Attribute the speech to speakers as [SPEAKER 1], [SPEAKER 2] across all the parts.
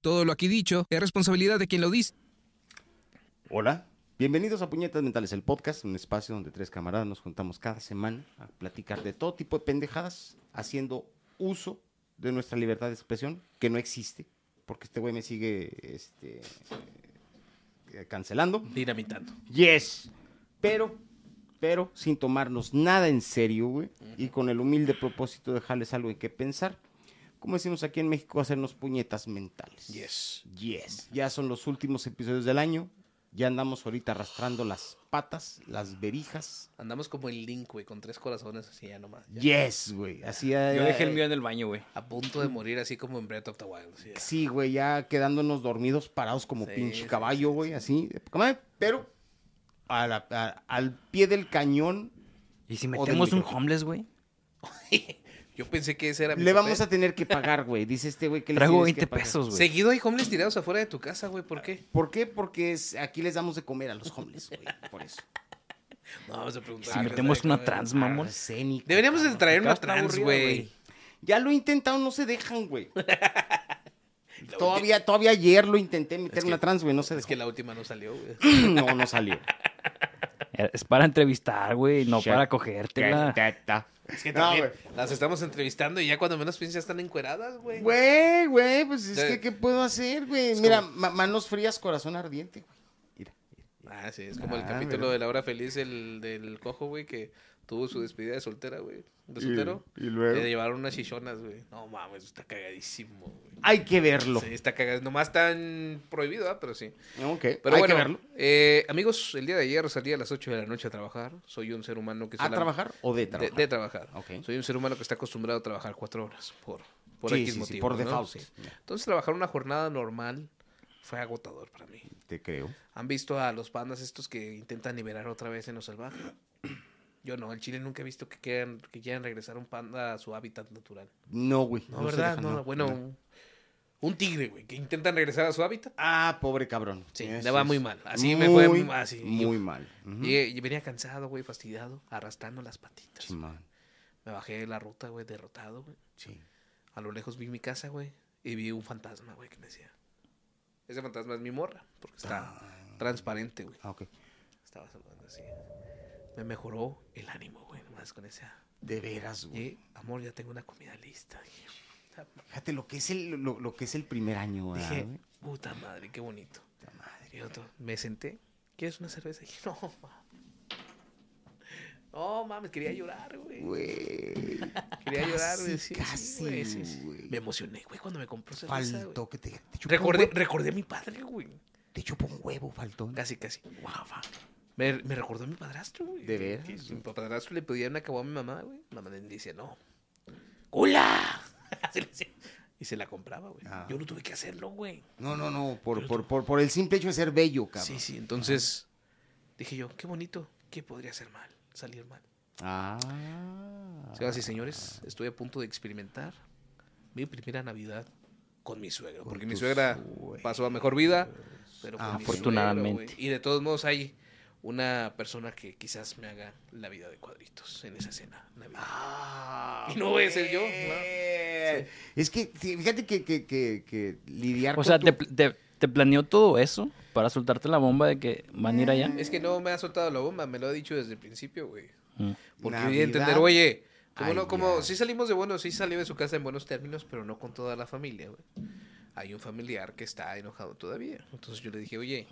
[SPEAKER 1] Todo lo aquí dicho es responsabilidad de quien lo dice.
[SPEAKER 2] Hola, bienvenidos a Puñetas Mentales, el podcast, un espacio donde tres camaradas nos juntamos cada semana a platicar de todo tipo de pendejadas, haciendo uso de nuestra libertad de expresión, que no existe, porque este güey me sigue este, eh, cancelando.
[SPEAKER 3] Dinamitando.
[SPEAKER 2] Yes. Pero, pero sin tomarnos nada en serio, güey. Y con el humilde propósito de dejarles algo en qué pensar. Como decimos aquí en México, hacernos puñetas mentales.
[SPEAKER 3] Yes.
[SPEAKER 2] Yes. Ya son los últimos episodios del año. Ya andamos ahorita arrastrando las patas, las verijas.
[SPEAKER 3] Andamos como el Link, güey, con tres corazones así ya nomás. ya.
[SPEAKER 2] Yes, güey. Así ya-
[SPEAKER 4] Yo dejé el mío en el baño, güey.
[SPEAKER 3] A punto de morir así como en Breath of the Wild. así ya.
[SPEAKER 2] eh, Sí, güey, ya quedándonos dormidos, parados como
[SPEAKER 3] Sí,
[SPEAKER 2] pinche
[SPEAKER 3] sí,
[SPEAKER 2] caballo,
[SPEAKER 3] sí,
[SPEAKER 2] güey, así. de poca madre, Pero a la- a- al pie del cañón
[SPEAKER 4] ¿Y si
[SPEAKER 2] del
[SPEAKER 4] metemos un
[SPEAKER 2] micrófono.
[SPEAKER 4] homeless, güey?
[SPEAKER 3] Yo pensé que ese era mi
[SPEAKER 2] le
[SPEAKER 3] papel.
[SPEAKER 2] vamos a tener que pagar, güey. Dice este güey que le
[SPEAKER 4] Traigo
[SPEAKER 2] tienes que
[SPEAKER 4] 20
[SPEAKER 2] pagar.
[SPEAKER 4] pesos, güey.
[SPEAKER 3] Seguido hay homeless tirados afuera de tu casa, güey. ¿Por qué?
[SPEAKER 2] ¿Por qué? Porque es- aquí les damos de comer a los homeless, güey. Por eso. Ah.
[SPEAKER 3] No, vamos a preguntar. Ah,
[SPEAKER 4] Si metemos una trans, mamón.
[SPEAKER 2] Arsénico,
[SPEAKER 3] Deberíamos de
[SPEAKER 2] cabrón.
[SPEAKER 3] traer una
[SPEAKER 4] Acá está
[SPEAKER 3] trans,
[SPEAKER 4] aburrida,
[SPEAKER 3] güey.
[SPEAKER 2] Ya lo he intentado, no se dejan, güey. todavía, todavía ayer lo intenté meter
[SPEAKER 3] Es que-
[SPEAKER 2] una trans, güey. No se
[SPEAKER 3] Es
[SPEAKER 2] dejó.
[SPEAKER 3] que la última no salió, güey.
[SPEAKER 2] no, no salió.
[SPEAKER 4] Es para entrevistar, güey, no
[SPEAKER 2] Shut-
[SPEAKER 4] para cogértela.
[SPEAKER 3] Es que
[SPEAKER 2] No,
[SPEAKER 3] también
[SPEAKER 2] güey.
[SPEAKER 3] las estamos entrevistando y ya cuando menos piensas están encueradas, güey.
[SPEAKER 2] Güey, güey, pues es
[SPEAKER 3] Sí.
[SPEAKER 2] que, ¿qué puedo hacer, güey?
[SPEAKER 3] Es
[SPEAKER 2] Mira,
[SPEAKER 3] como-
[SPEAKER 2] ma- manos frías, corazón ardiente, güey. Mira.
[SPEAKER 3] Ah, sí, es como el
[SPEAKER 2] Ah,
[SPEAKER 3] capítulo
[SPEAKER 2] mira.
[SPEAKER 3] de La Hora Feliz el, del cojo, güey, que tuvo su despedida de soltera, güey. De soltero. Eh,
[SPEAKER 2] Y- y luego.
[SPEAKER 3] Le llevaron unas chichonas, güey. No mames, está cagadísimo, güey.
[SPEAKER 2] Hay que verlo.
[SPEAKER 3] Sí, está cagado. Nomás tan prohibido, ah, pero sí.
[SPEAKER 2] Ok,
[SPEAKER 3] Pero
[SPEAKER 2] hay
[SPEAKER 3] bueno,
[SPEAKER 2] que verlo.
[SPEAKER 3] eh, amigos, el día de ayer salí a las 8 de la noche a trabajar. Soy un ser humano que
[SPEAKER 2] ¿A
[SPEAKER 3] solam-
[SPEAKER 2] trabajar o de
[SPEAKER 3] de-
[SPEAKER 2] trabajar?
[SPEAKER 3] De, trabajar.
[SPEAKER 2] Ok.
[SPEAKER 3] Soy un ser humano que está acostumbrado a trabajar cuatro horas por, por
[SPEAKER 2] Sí,
[SPEAKER 3] X
[SPEAKER 2] sí, sí,
[SPEAKER 3] motivo.
[SPEAKER 2] por
[SPEAKER 3] ¿no?
[SPEAKER 2] default, sí.
[SPEAKER 3] Entonces, trabajar una jornada normal fue agotador para mí.
[SPEAKER 2] Te creo.
[SPEAKER 3] ¿Han visto a los pandas estos que intentan liberar otra vez en lo salvaje? Yo no, el Chile nunca he visto que quieran, que quieran regresar un panda a su hábitat natural.
[SPEAKER 2] No, güey.
[SPEAKER 3] No,
[SPEAKER 2] se
[SPEAKER 3] ¿verdad?
[SPEAKER 2] dejan,
[SPEAKER 3] no, bueno,
[SPEAKER 2] no.
[SPEAKER 3] un, un tigre, güey, que intentan regresar a su hábitat.
[SPEAKER 2] Ah, pobre cabrón.
[SPEAKER 3] Sí,
[SPEAKER 2] Eso
[SPEAKER 3] le va
[SPEAKER 2] es
[SPEAKER 3] muy mal. Así me fue
[SPEAKER 2] muy,
[SPEAKER 3] así.
[SPEAKER 2] Muy mal. Ujú.
[SPEAKER 3] Y, y venía cansado, güey, fastidiado, arrastrando las patitas.
[SPEAKER 2] Chimán,
[SPEAKER 3] Me bajé de la ruta, güey, derrotado, güey.
[SPEAKER 2] sí.
[SPEAKER 3] A lo lejos vi mi casa, güey, y vi un fantasma, güey, que me decía. Ese fantasma es mi morra, porque está transparente, güey.
[SPEAKER 2] Ah, ok.
[SPEAKER 3] Estaba saludando así. Me mejoró el ánimo, güey, nomás con esa.
[SPEAKER 2] De veras, güey.
[SPEAKER 3] Y, amor, ya tengo una comida lista. Dije,
[SPEAKER 2] Fíjate lo que es el, lo, lo que es el primer año, ¿verdad,
[SPEAKER 3] Dije,
[SPEAKER 2] güey?
[SPEAKER 3] puta madre, qué bonito.
[SPEAKER 2] Puta madre.
[SPEAKER 3] Y otro, me senté. ¿Quieres una cerveza? Dije, no, mames. No, mames, quería llorar, güey.
[SPEAKER 2] Güey.
[SPEAKER 3] Quería llorar, güey.
[SPEAKER 2] Casi,
[SPEAKER 3] sí, sí, güey, sí, sí.
[SPEAKER 2] casi, güey.
[SPEAKER 3] Me emocioné, güey, cuando me compró cerveza, güey.
[SPEAKER 2] Faltó que te, te chupó un
[SPEAKER 3] Recordé,
[SPEAKER 2] huevo.
[SPEAKER 3] recordé a mi padre, güey.
[SPEAKER 2] Te chupó un huevo, faltó.
[SPEAKER 3] Casi, casi. Me, me recordó a mi padrastro, güey.
[SPEAKER 2] ¿De
[SPEAKER 3] Que-
[SPEAKER 2] veras,
[SPEAKER 3] que
[SPEAKER 2] güey?
[SPEAKER 3] Mi padrastro le pedía una caguama a mi mamá, güey. Mamá le decía, no. ¡Cula! Así le decía. y se la compraba, güey.
[SPEAKER 2] Ah.
[SPEAKER 3] Yo no tuve que hacerlo, güey.
[SPEAKER 2] No, no, no. Por, por, por, por el simple hecho de ser bello, cabrón.
[SPEAKER 3] Sí, sí. Entonces dije yo, qué bonito. ¿Qué podría ser mal? Salir mal.
[SPEAKER 2] Ah.
[SPEAKER 3] Señoras y señores, estoy a punto de experimentar mi primera Navidad con mi suegro.
[SPEAKER 2] Con
[SPEAKER 3] Porque mi
[SPEAKER 2] tu
[SPEAKER 3] suegra
[SPEAKER 2] suegro.
[SPEAKER 3] pasó a mejor vida, pero con mi
[SPEAKER 4] Afortunadamente.
[SPEAKER 3] suegro, güey. y de todos modos hay una persona que quizás me haga la vida de cuadritos en esa cena navideña.
[SPEAKER 2] Ah,
[SPEAKER 3] Y no voy a ser yo,
[SPEAKER 2] güey. Es que, sí, fíjate que, que, que, que lidiar
[SPEAKER 4] O
[SPEAKER 2] con
[SPEAKER 4] sea,
[SPEAKER 2] tu-
[SPEAKER 4] te, pl- te- te planeó todo eso para soltarte la bomba de que van a ir allá.
[SPEAKER 3] Es que no me ha soltado la bomba, me lo ha dicho desde el principio, güey.
[SPEAKER 4] Mm.
[SPEAKER 3] Porque
[SPEAKER 2] Navidad.
[SPEAKER 3] voy a entender, oye, como
[SPEAKER 2] Ay,
[SPEAKER 3] no, como
[SPEAKER 2] ya.
[SPEAKER 3] sí salimos de buenos, sí salió de su casa en buenos términos, pero no con toda la familia, güey. Hay un familiar que está enojado todavía. Entonces yo le dije, oye,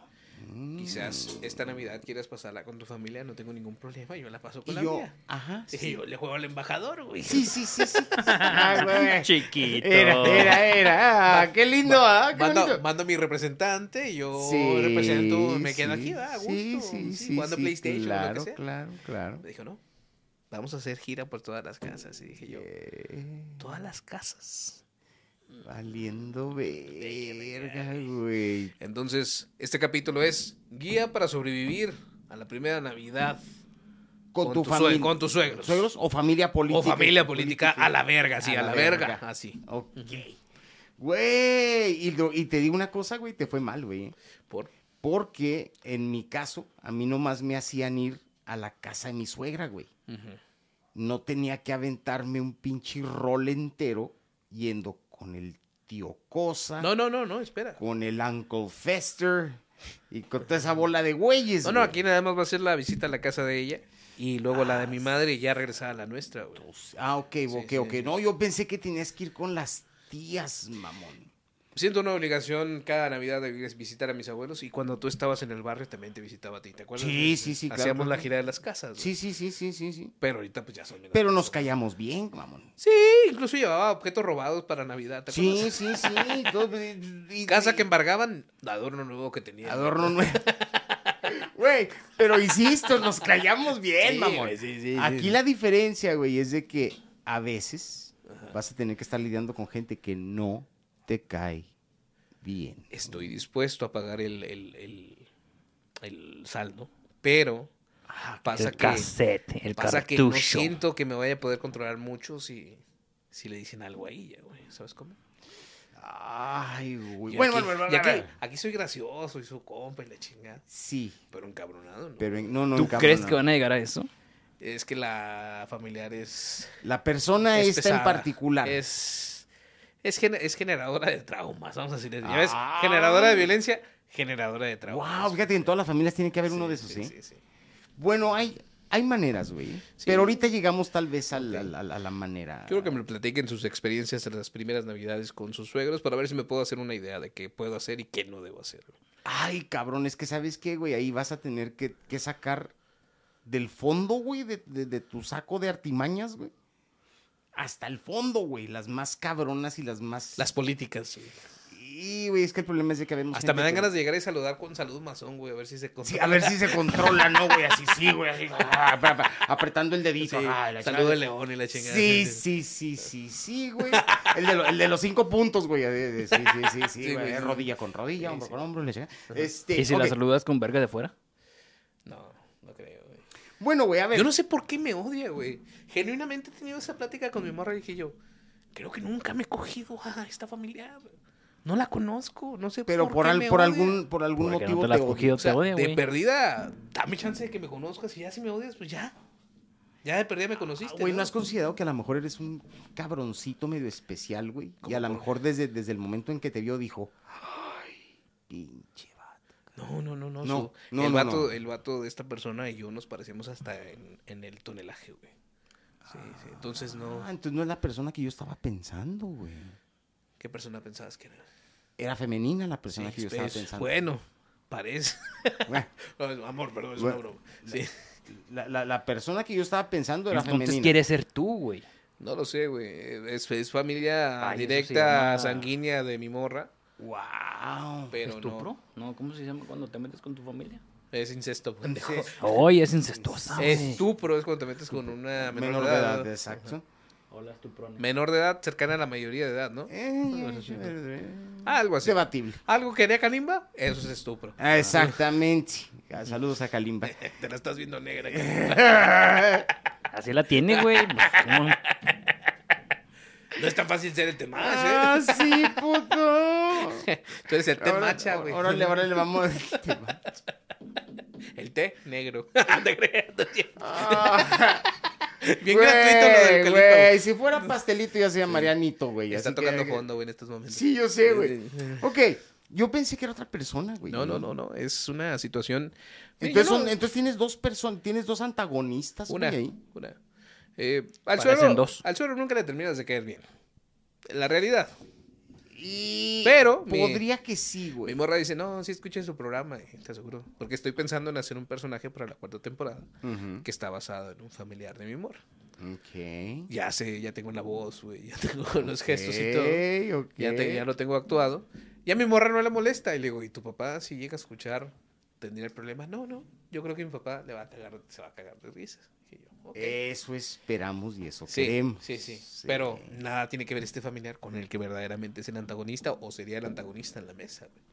[SPEAKER 2] Mm.
[SPEAKER 3] Quizás esta Navidad quieras pasarla con tu familia, no tengo ningún problema, yo la paso con
[SPEAKER 2] Y
[SPEAKER 3] la
[SPEAKER 2] yo,
[SPEAKER 3] mía.
[SPEAKER 2] ajá.
[SPEAKER 3] Dije yo, le juego al embajador, güey.
[SPEAKER 2] Sí, sí, sí, sí. Ah, güey.
[SPEAKER 4] Chiquito.
[SPEAKER 2] Era, era, era. Ah, qué lindo, ah, qué
[SPEAKER 3] mando,
[SPEAKER 2] bonito.
[SPEAKER 3] mando a mi representante, y yo
[SPEAKER 2] Sí,
[SPEAKER 3] represento, me quedo
[SPEAKER 2] sí,
[SPEAKER 3] aquí, va, a Ah, gusto.
[SPEAKER 2] Sí, sí, sí.
[SPEAKER 3] jugando
[SPEAKER 2] sí,
[SPEAKER 3] PlayStation, o
[SPEAKER 2] claro,
[SPEAKER 3] lo que sea.
[SPEAKER 2] claro, claro.
[SPEAKER 3] Me dijo, no, vamos a hacer gira por todas las casas. Y dije yo,
[SPEAKER 2] Eh,
[SPEAKER 3] todas las casas.
[SPEAKER 2] Valiendo verga, güey.
[SPEAKER 3] Entonces, este capítulo es Guía para sobrevivir a la primera Navidad
[SPEAKER 2] Con, tu,
[SPEAKER 3] tu sue-
[SPEAKER 2] familia.
[SPEAKER 3] con tus suegros.
[SPEAKER 2] ¿Suegros o familia política?
[SPEAKER 3] o familia política, a la verga, sí, a, la, verga. así.
[SPEAKER 2] Ok. Güey. Y, lo- y te digo una cosa, güey, te fue mal, güey.
[SPEAKER 3] Por
[SPEAKER 2] Porque en mi caso, a mí nomás me hacían ir a la casa de mi suegra, güey.
[SPEAKER 3] ujú,
[SPEAKER 2] No tenía que aventarme un pinche rol entero yendo con el tío Cosa,
[SPEAKER 3] No, no, no, no, espera.
[SPEAKER 2] con el Uncle Fester y con toda esa bola de güeyes.
[SPEAKER 3] No, no,
[SPEAKER 2] güey.
[SPEAKER 3] aquí nada más va a ser la visita a la casa de ella y luego la de mi madre y ya regresar a la nuestra, güey.
[SPEAKER 2] Ah, ok, ok,
[SPEAKER 3] sí.
[SPEAKER 2] ok. No, yo pensé que tenías que ir con las tías, mamón.
[SPEAKER 3] Siento una obligación cada Navidad de ir a visitar a mis abuelos y cuando tú estabas en el barrio también te visitaba a ti, ¿te acuerdas?
[SPEAKER 2] Sí, sí, sí, claro,
[SPEAKER 3] Hacíamos
[SPEAKER 2] claro.
[SPEAKER 3] la gira de las casas. güey.
[SPEAKER 2] Sí, sí, sí, sí, sí, sí.
[SPEAKER 3] Pero ahorita pues ya son. menos
[SPEAKER 2] Pero nos
[SPEAKER 3] personas.
[SPEAKER 2] callamos bien, mamón.
[SPEAKER 3] Sí, incluso llevaba objetos robados para Navidad, ¿te
[SPEAKER 2] Sí,
[SPEAKER 3] acuerdas?
[SPEAKER 2] sí, sí. todo- y- y-
[SPEAKER 3] Casa
[SPEAKER 2] y-
[SPEAKER 3] que embargaban, adorno nuevo que tenía.
[SPEAKER 2] Adorno nuevo. Güey, pero insisto, nos callamos bien,
[SPEAKER 3] Sí,
[SPEAKER 2] mamón.
[SPEAKER 3] güey, sí, sí,
[SPEAKER 2] Aquí
[SPEAKER 3] sí.
[SPEAKER 2] la diferencia, güey, es de que a veces vas a tener que estar lidiando con gente que no te cae bien.
[SPEAKER 3] Estoy dispuesto a pagar el, el, el, el saldo, pero
[SPEAKER 2] Ah,
[SPEAKER 3] pasa
[SPEAKER 5] el
[SPEAKER 3] que...
[SPEAKER 5] cassette, el
[SPEAKER 3] Pasa que no
[SPEAKER 5] cartucho.
[SPEAKER 3] siento que me vaya a poder controlar mucho si, si le dicen algo ahí, ya, güey. ¿Sabes cómo?
[SPEAKER 2] Ay, güey.
[SPEAKER 3] Y
[SPEAKER 2] Bueno,
[SPEAKER 3] aquí-
[SPEAKER 2] bueno, bueno,
[SPEAKER 3] y aquí,
[SPEAKER 2] bueno, bueno.
[SPEAKER 3] aquí soy gracioso y su compa y la chingada.
[SPEAKER 2] Sí,
[SPEAKER 3] Pero encabronado, ¿no?
[SPEAKER 2] pero en- no, no.
[SPEAKER 4] ¿Tú
[SPEAKER 2] cabrón,
[SPEAKER 4] crees
[SPEAKER 2] no.
[SPEAKER 4] que van a llegar a eso?
[SPEAKER 3] Es que la familiar es.
[SPEAKER 2] La persona
[SPEAKER 3] es
[SPEAKER 2] esta
[SPEAKER 3] pesada.
[SPEAKER 2] en particular.
[SPEAKER 3] Es. Es, gen- es generadora de traumas, vamos a decirle. Ya ves,
[SPEAKER 2] Ah.
[SPEAKER 3] generadora de violencia, generadora de traumas.
[SPEAKER 2] Wow, fíjate, en todas las familias tiene que haber uno de esos, ¿eh? Bueno, hay, hay maneras, güey. Pero ahorita llegamos tal vez a la, a la- a la manera.
[SPEAKER 3] Quiero que me platiquen sus experiencias en las primeras navidades con sus suegros para ver si me puedo hacer una idea de qué puedo hacer y qué no debo hacer.
[SPEAKER 2] Ay, cabrón, es que sabes qué, güey, ahí vas a tener que, que sacar del fondo, güey, de, de- de tu saco de artimañas, güey. Hasta el fondo, güey, las más cabronas y las más...
[SPEAKER 3] Las políticas. güey.
[SPEAKER 2] Y, güey, es que el problema es de que vemos...
[SPEAKER 3] Hasta me dan ganas
[SPEAKER 2] de...
[SPEAKER 3] de llegar y saludar con salud mazón, güey, a ver si se
[SPEAKER 2] Sí, a ver si se controla, ¿no, güey? Así sí, güey, así, ah, pa, pa, apretando el dedito. ah, la
[SPEAKER 3] Saludo de
[SPEAKER 2] chingada.
[SPEAKER 3] león y la chingada.
[SPEAKER 2] Sí, sí, sí, sí, sí, güey. El de, lo- el de los cinco puntos, güey. de- de- Sí, sí, sí, sí,
[SPEAKER 3] Sí,
[SPEAKER 2] güey. eh,
[SPEAKER 3] güey, sí.
[SPEAKER 2] Rodilla con rodilla,
[SPEAKER 3] Sí,
[SPEAKER 2] hombro
[SPEAKER 3] sí.
[SPEAKER 2] con hombro, le llega. Este,
[SPEAKER 4] ¿Y si
[SPEAKER 2] ok.
[SPEAKER 4] la saludas con verga de fuera?
[SPEAKER 3] No, no creo, güey.
[SPEAKER 2] Bueno, güey, a ver.
[SPEAKER 3] Yo no sé por qué me odia, güey. Genuinamente he tenido esa plática con mi morra y dije yo, creo que nunca me he cogido a esta familiar. No la conozco, no sé
[SPEAKER 2] Pero por,
[SPEAKER 3] qué
[SPEAKER 2] al-
[SPEAKER 3] me
[SPEAKER 2] por
[SPEAKER 3] odia.
[SPEAKER 2] algún, por algún
[SPEAKER 4] Porque no
[SPEAKER 2] motivo
[SPEAKER 4] te la
[SPEAKER 2] te
[SPEAKER 4] has
[SPEAKER 2] odio. Ah,
[SPEAKER 4] cogido,
[SPEAKER 3] O sea,
[SPEAKER 4] te odia,
[SPEAKER 3] de
[SPEAKER 4] güey.
[SPEAKER 3] perdida, dame chance de que me conozcas y ya si me odias, pues ya. Ya de perdida me
[SPEAKER 2] Ah,
[SPEAKER 3] conociste.
[SPEAKER 2] Güey, ¿no has considerado que a lo mejor eres un cabroncito medio especial, güey? Y a lo mejor desde, desde el momento en que te vio dijo, ay, pinche vato.
[SPEAKER 3] No, no, no, no.
[SPEAKER 2] No,
[SPEAKER 3] su-
[SPEAKER 2] no,
[SPEAKER 3] el,
[SPEAKER 2] no,
[SPEAKER 3] vato,
[SPEAKER 2] no.
[SPEAKER 3] el vato de esta persona y yo nos parecemos hasta en, en el tonelaje, güey. Sí, sí. Entonces, no.
[SPEAKER 2] Ah, entonces no es la persona que yo estaba pensando, güey.
[SPEAKER 3] ¿Qué persona pensabas que era?
[SPEAKER 2] Era femenina la persona
[SPEAKER 3] Sí,
[SPEAKER 2] que yo estaba
[SPEAKER 3] pues,
[SPEAKER 2] pensando.
[SPEAKER 3] Bueno, parece.
[SPEAKER 2] Bueno,
[SPEAKER 3] No, amor, perdón, es
[SPEAKER 2] Bueno,
[SPEAKER 3] una broma. Sí.
[SPEAKER 2] la, la- la persona que yo estaba pensando era
[SPEAKER 5] Entonces
[SPEAKER 2] femenina.
[SPEAKER 5] quieres ser tú, güey.
[SPEAKER 3] No lo sé, güey. Es, es familia
[SPEAKER 5] Ay, eso se
[SPEAKER 3] directa,
[SPEAKER 5] llama-
[SPEAKER 3] sanguínea de mi morra,
[SPEAKER 2] ¡Wow!
[SPEAKER 3] pero
[SPEAKER 4] ¿Estupro?
[SPEAKER 3] no.
[SPEAKER 4] No, ¿cómo se llama cuando te metes con tu familia?
[SPEAKER 3] Es incesto, pendejo.
[SPEAKER 4] Oye, es incestuosa. güey.
[SPEAKER 3] Estupro es cuando te metes con una menor, de edad.
[SPEAKER 2] exacto.
[SPEAKER 4] Hola, estuprona.
[SPEAKER 3] Menor de edad cercana a la mayoría de edad, ¿no?
[SPEAKER 2] Eh, eh, eh,
[SPEAKER 3] Algo así.
[SPEAKER 2] Debatible.
[SPEAKER 3] Algo que haría Canimba, eso es estupro.
[SPEAKER 2] Ah, Exactamente. Ah, Saludos a Kalimba.
[SPEAKER 3] Te la estás viendo negra.
[SPEAKER 4] Así la tiene, güey. Pues, ¿cómo?
[SPEAKER 3] No es tan fácil ser el ¿eh? temache.
[SPEAKER 2] ¡Ah, sí, puto!
[SPEAKER 3] Tú eres el té
[SPEAKER 2] Ahora-
[SPEAKER 3] macha, güey.
[SPEAKER 2] Órale, órale, vamos. al tema.
[SPEAKER 3] El té negro. No te creas, no es cierto.
[SPEAKER 2] Ah,
[SPEAKER 3] Bien
[SPEAKER 2] güey,
[SPEAKER 3] gratuito lo del califa, güey.
[SPEAKER 2] güey, Si fuera pastelito ya se llamaría Nito, güey.
[SPEAKER 3] Está
[SPEAKER 2] así que-
[SPEAKER 3] tocando fondo, güey, en estos momentos.
[SPEAKER 2] Sí, yo sé, güey. Ok, yo pensé que era otra persona, güey.
[SPEAKER 3] No, no, no, no. Es una situación. Mira,
[SPEAKER 2] Entonces,
[SPEAKER 3] yo no-
[SPEAKER 2] son- entonces tienes dos personas, tienes dos antagonistas,
[SPEAKER 3] una.
[SPEAKER 2] güey, ahí.
[SPEAKER 3] una. Eh, al
[SPEAKER 4] Parecen
[SPEAKER 3] suegro,
[SPEAKER 4] dos.
[SPEAKER 3] al suegro nunca le terminas de caer bien. La realidad.
[SPEAKER 2] Y
[SPEAKER 3] Pero mi-
[SPEAKER 2] podría que sí, güey.
[SPEAKER 3] Mi morra dice, no, sí escuchen su programa, eh, te aseguro. Porque estoy pensando en hacer un personaje para la cuarta temporada
[SPEAKER 2] Ujú,
[SPEAKER 3] que está basado en un familiar de mi morra.
[SPEAKER 2] Ok.
[SPEAKER 3] Ya sé, ya tengo la voz, güey, ya tengo los gestos y todo.
[SPEAKER 2] Ok, ok.
[SPEAKER 3] Ya, te- ya lo tengo actuado. Y a mi morra no le molesta. Y le digo, ¿y tu papá si llega a escuchar tendría el problema? No, no. Yo creo que mi papá le va a cagar, se va a cagar de risas. Dije yo, "Ok".
[SPEAKER 2] Eso esperamos y eso
[SPEAKER 3] Sí,
[SPEAKER 2] queremos.
[SPEAKER 3] sí, sí, Pero nada tiene que ver este familiar con el que verdaderamente es el antagonista o sería el antagonista en la mesa. güey.